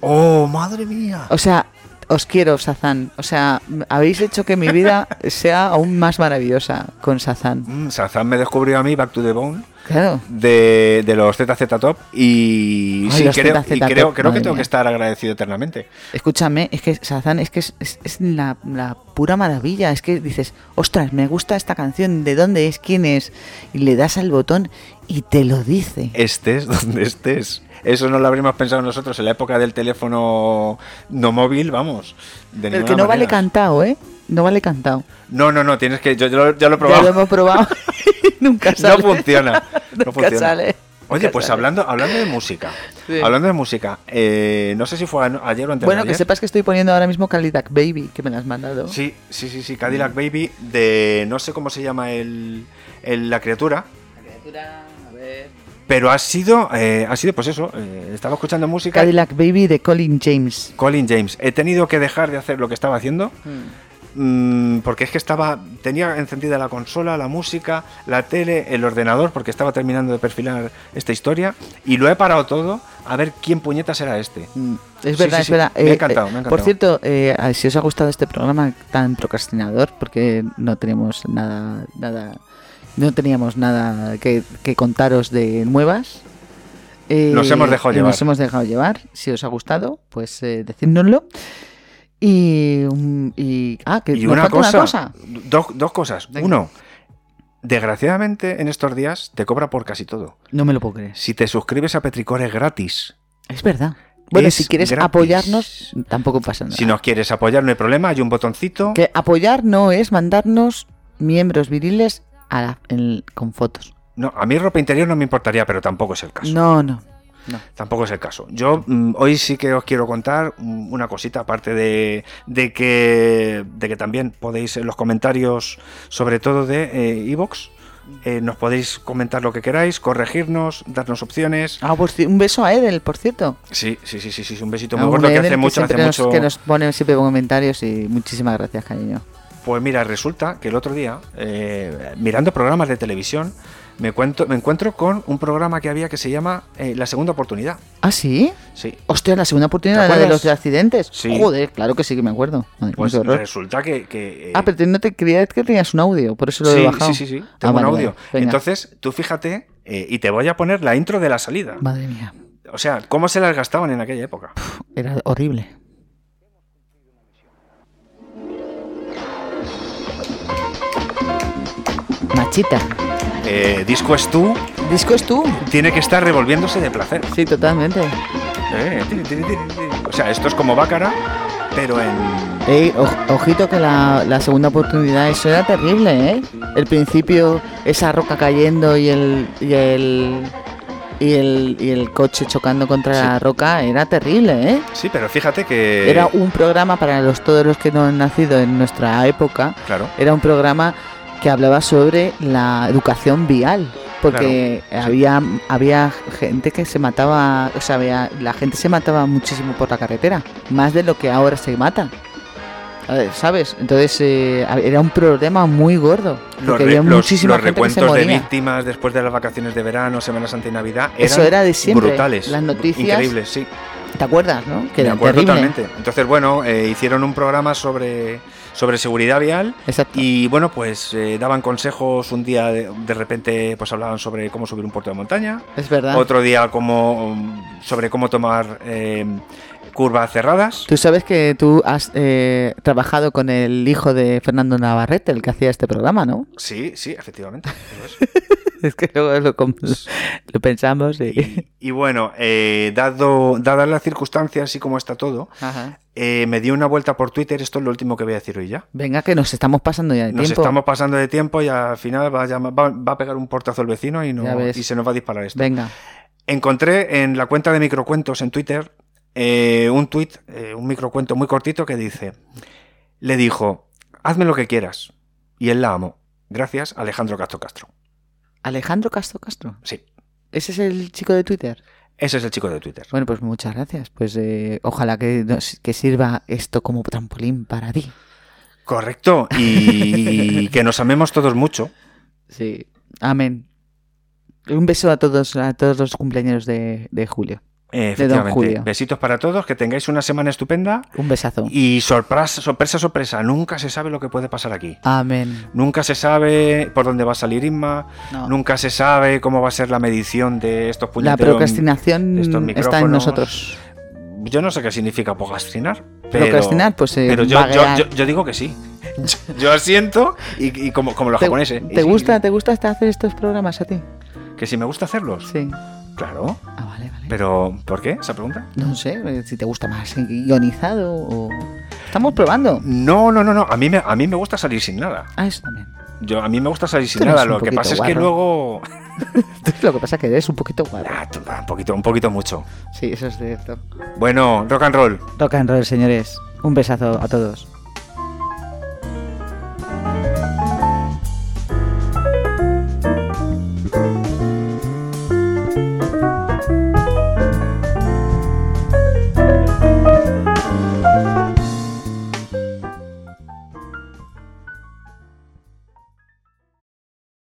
B: ¡Oh, madre mía!
A: O sea, os quiero, Sazán. O sea, m- habéis hecho que mi vida sea aún más maravillosa con Sazán.
B: Mm, Shazam me descubrió a mí Back to the Bone
A: Claro.
B: de, de los ZZ Top y,
A: Ay,
B: sí,
A: los
B: creo,
A: ZZ
B: y creo,
A: Top,
B: creo que
A: madre
B: tengo
A: mía.
B: que estar agradecido eternamente.
A: Escúchame, es que Sazán es que es, es- es la, la pura maravilla. Es que dices, ostras, me gusta esta canción, ¿de dónde es? ¿Quién es? Y le das al botón y te lo dice.
B: Estés donde estés. Eso no lo habríamos pensado nosotros en la época del teléfono no móvil, vamos. De
A: Pero
B: ninguna
A: que no vale
B: manera.
A: cantado, ¿eh? No vale cantado.
B: No, no, no, tienes que. Yo, yo lo, yo lo he
A: Ya lo
B: probado.
A: hemos probado. y Nunca
B: no
A: sale.
B: funciona. No
A: Nunca
B: funciona.
A: sale.
B: Oye,
A: Nunca
B: pues
A: sale.
B: hablando, hablando de música.
A: Sí.
B: Hablando de música, eh, no sé si fue a- ayer o antes
A: Bueno,
B: de
A: que
B: ayer.
A: sepas que estoy poniendo ahora mismo Cadillac Baby, que me la has mandado.
B: Sí, sí, sí, sí, Cadillac Baby de no sé cómo se llama el, el- la criatura, pero ha sido, eh, ha sido pues eso, eh, estaba escuchando música.
A: Cadillac Baby de Colin James.
B: Colin James, he tenido que dejar de hacer lo que estaba haciendo mm, porque es que estaba tenía encendida la consola, la música, la tele, el ordenador porque estaba terminando de perfilar esta historia y lo he parado todo a ver quién puñetas era este.
A: Mm, Es
B: Sí,
A: verdad,
B: sí,
A: es
B: sí.
A: verdad. Eh,
B: Me ha encantado, me ha encantado.
A: Por cierto, eh, a- si os ha gustado este programa tan procrastinador, porque no tenemos nada, nada, no teníamos nada que, que contaros de nuevas. eh,
B: Nos hemos dejado
A: y
B: llevar.
A: Nos hemos dejado llevar. Si os ha gustado, pues eh, decídnoslo. Y, um, y- ah, que
B: Y
A: nos
B: una
A: falta
B: cosa, Dos, dos cosas.
A: Venga.
B: Uno, desgraciadamente en estos días te cobra por casi todo.
A: No me lo puedo creer.
B: Si te suscribes a Petricore es gratis.
A: Es verdad. Bueno,
B: Es
A: si quieres
B: gratis.
A: apoyarnos, tampoco pasa nada.
B: Si nos quieres apoyar, no hay problema, hay un botoncito.
A: Que apoyar no es mandarnos miembros viriles a la- en- con fotos.
B: No, a mí ropa interior no me importaría, pero tampoco es el caso.
A: No, no. no.
B: Tampoco es el caso. Yo mm, hoy sí que os quiero contar mm, una cosita, aparte de, de que, de que también podéis en los comentarios, sobre todo de Evox, Eh, nos podéis comentar lo que queráis, corregirnos, darnos opciones.
A: Ah, pues sí, un beso a Edel, por cierto.
B: Sí, sí, sí, sí, sí, un besito
A: A
B: muy
A: Ah, un
B: gordo que
A: Edel
B: hace mucho, hace
A: siempre nos-
B: mucho.
A: que nos pone siempre comentarios y muchísimas gracias, cariño.
B: Pues mira, resulta que el otro día, eh, mirando programas de televisión, me, cuento, me encuentro con un programa que había que se llama eh, La Segunda Oportunidad.
A: ¿Ah, sí?
B: Sí.
A: Hostia, la segunda
B: ¿Te
A: oportunidad la de
B: acuerdas?
A: los accidentes.
B: Sí.
A: Joder, claro que sí que me acuerdo. Madre mía,
B: Pues
A: qué horror.
B: resulta que. que, eh,
A: Ah, pero te- no te creías que tenías un audio, por eso lo he
B: sí,
A: bajado.
B: sí, sí, sí,
A: Ah,
B: tengo
A: vale,
B: un audio.
A: vale, venga.
B: Entonces, tú fíjate, eh, y te voy a poner la intro de la salida.
A: Madre mía,
B: O sea, ¿cómo se las gastaban en aquella época?
A: era horrible. Machita.
B: Eh, disco es tú,
A: ¿Disco es tú?
B: tiene que estar revolviéndose de placer.
A: Sí, totalmente.
B: Eh, tiri, tiri, tiri, tiri. O sea, esto es como Bácara, pero en.
A: Ey, oj- ojito que la, la segunda oportunidad, eso era terrible, ¿eh? El principio, esa roca cayendo y el y el, y el, y el coche chocando contra la roca, era terrible, ¿eh?
B: Sí, pero fíjate que.
A: Era un programa para los todos los que no han nacido en nuestra época,
B: Claro.
A: era un programa que hablaba sobre la educación vial. Porque
B: Claro, sí.
A: había, había gente que se mataba, o sea, había- la gente se mataba muchísimo por la carretera, más de lo que ahora se mata. A ver, ¿Sabes? Entonces eh, hab- era un problema muy gordo.
B: Los,
A: Porque
B: re-
A: había
B: los-
A: muchísima
B: los
A: gente que se
B: recuentos de
A: moría.
B: víctimas después de las vacaciones de verano, Semana Santa y Navidad, eran
A: Eso era de siempre.
B: brutales.
A: Las noticias-
B: Increíbles, sí.
A: ¿Te acuerdas, no? Que
B: de
A: era
B: acuerdo
A: terrible.
B: totalmente. Entonces, bueno, eh, hicieron un programa sobre, sobre seguridad vial
A: Exacto.
B: y, bueno, pues eh, daban consejos. Un día, de, de repente, pues hablaban sobre cómo subir un puerto de montaña.
A: es verdad.
B: Otro día, cómo, mm, sobre cómo tomar eh, curvas cerradas.
A: Tú sabes que tú has eh, trabajado con el hijo de Fernando Navarrete, el que hacía este programa, ¿no?
B: Sí, sí, efectivamente. eso es.
A: Es que luego lo, com- lo pensamos y...
B: Y, y bueno, eh, dado, dadas las circunstancias y cómo está todo,
A: Ajá.
B: eh, me di una vuelta por Twitter. Esto es lo último que voy a decir hoy ya.
A: Venga, que nos estamos pasando ya de
B: Nos
A: tiempo.
B: estamos pasando de tiempo y al final va a, llamar- va- va a pegar un portazo el vecino y, no,
A: Ya ves.
B: y se nos va a disparar esto.
A: Venga.
B: Encontré en la cuenta de microcuentos en Twitter eh, un tweet, un microcuento muy cortito que dice: Le dijo, hazme lo que quieras. Y él la amó. Gracias, Alejandro Castro Castro.
A: Alejandro Castro Castro.
B: Sí,
A: ¿Ese es el chico de Twitter?
B: ese es el chico de Twitter.
A: Bueno, pues muchas gracias. Pues eh, ojalá que, nos- que sirva esto como trampolín para ti.
B: Correcto. Y, que nos amemos todos mucho.
A: Sí. Amén. Un beso a todos, a todos los cumpleaños de, de Julio. De
B: Eh,
A: don
B: efectivamente.
A: Julio.
B: Besitos para todos, que tengáis una semana estupenda.
A: Un besazo.
B: Y sorpresa, sorpresa, sorpresa, nunca se sabe lo que puede pasar aquí.
A: Amén.
B: Nunca se sabe por dónde va a salir Inma,
A: No.
B: nunca se sabe cómo va a ser la medición de estos
A: La
B: puñeteros.
A: procrastinación
B: estos
A: está en
B: micrófonos.
A: nosotros.
B: Yo no sé qué significa procrastinar. Pero,
A: Procrastinar, pues, eh,
B: pero yo, yo,
A: vaguear.
B: yo- yo digo que sí. Yo asiento y, y como, como los
A: ¿Te,
B: japoneses.
A: te gusta, ¿Te gusta hasta hacer estos programas a ti?
B: ¿Que si me gusta hacerlos?
A: Sí.
B: Claro.
A: Ah, vale, vale.
B: Pero, ¿por qué esa pregunta?
A: No sé, eh, si te gusta más guionizado o... Estamos probando.
B: No, no, no, no. A mí me, a mí me gusta salir sin nada.
A: Ah, eso también.
B: Yo, a mí me gusta salir sin
A: Tú eres
B: nada.
A: un
B: Lo que
A: poquito
B: pasa es que
A: guarro.
B: luego.
A: Lo que pasa es que eres un poquito guarro.
B: Ah, tú, ah, un poquito, un poquito mucho.
A: Sí, eso es cierto.
B: Bueno, rock and roll.
A: Rock and roll, señores. Un besazo a todos.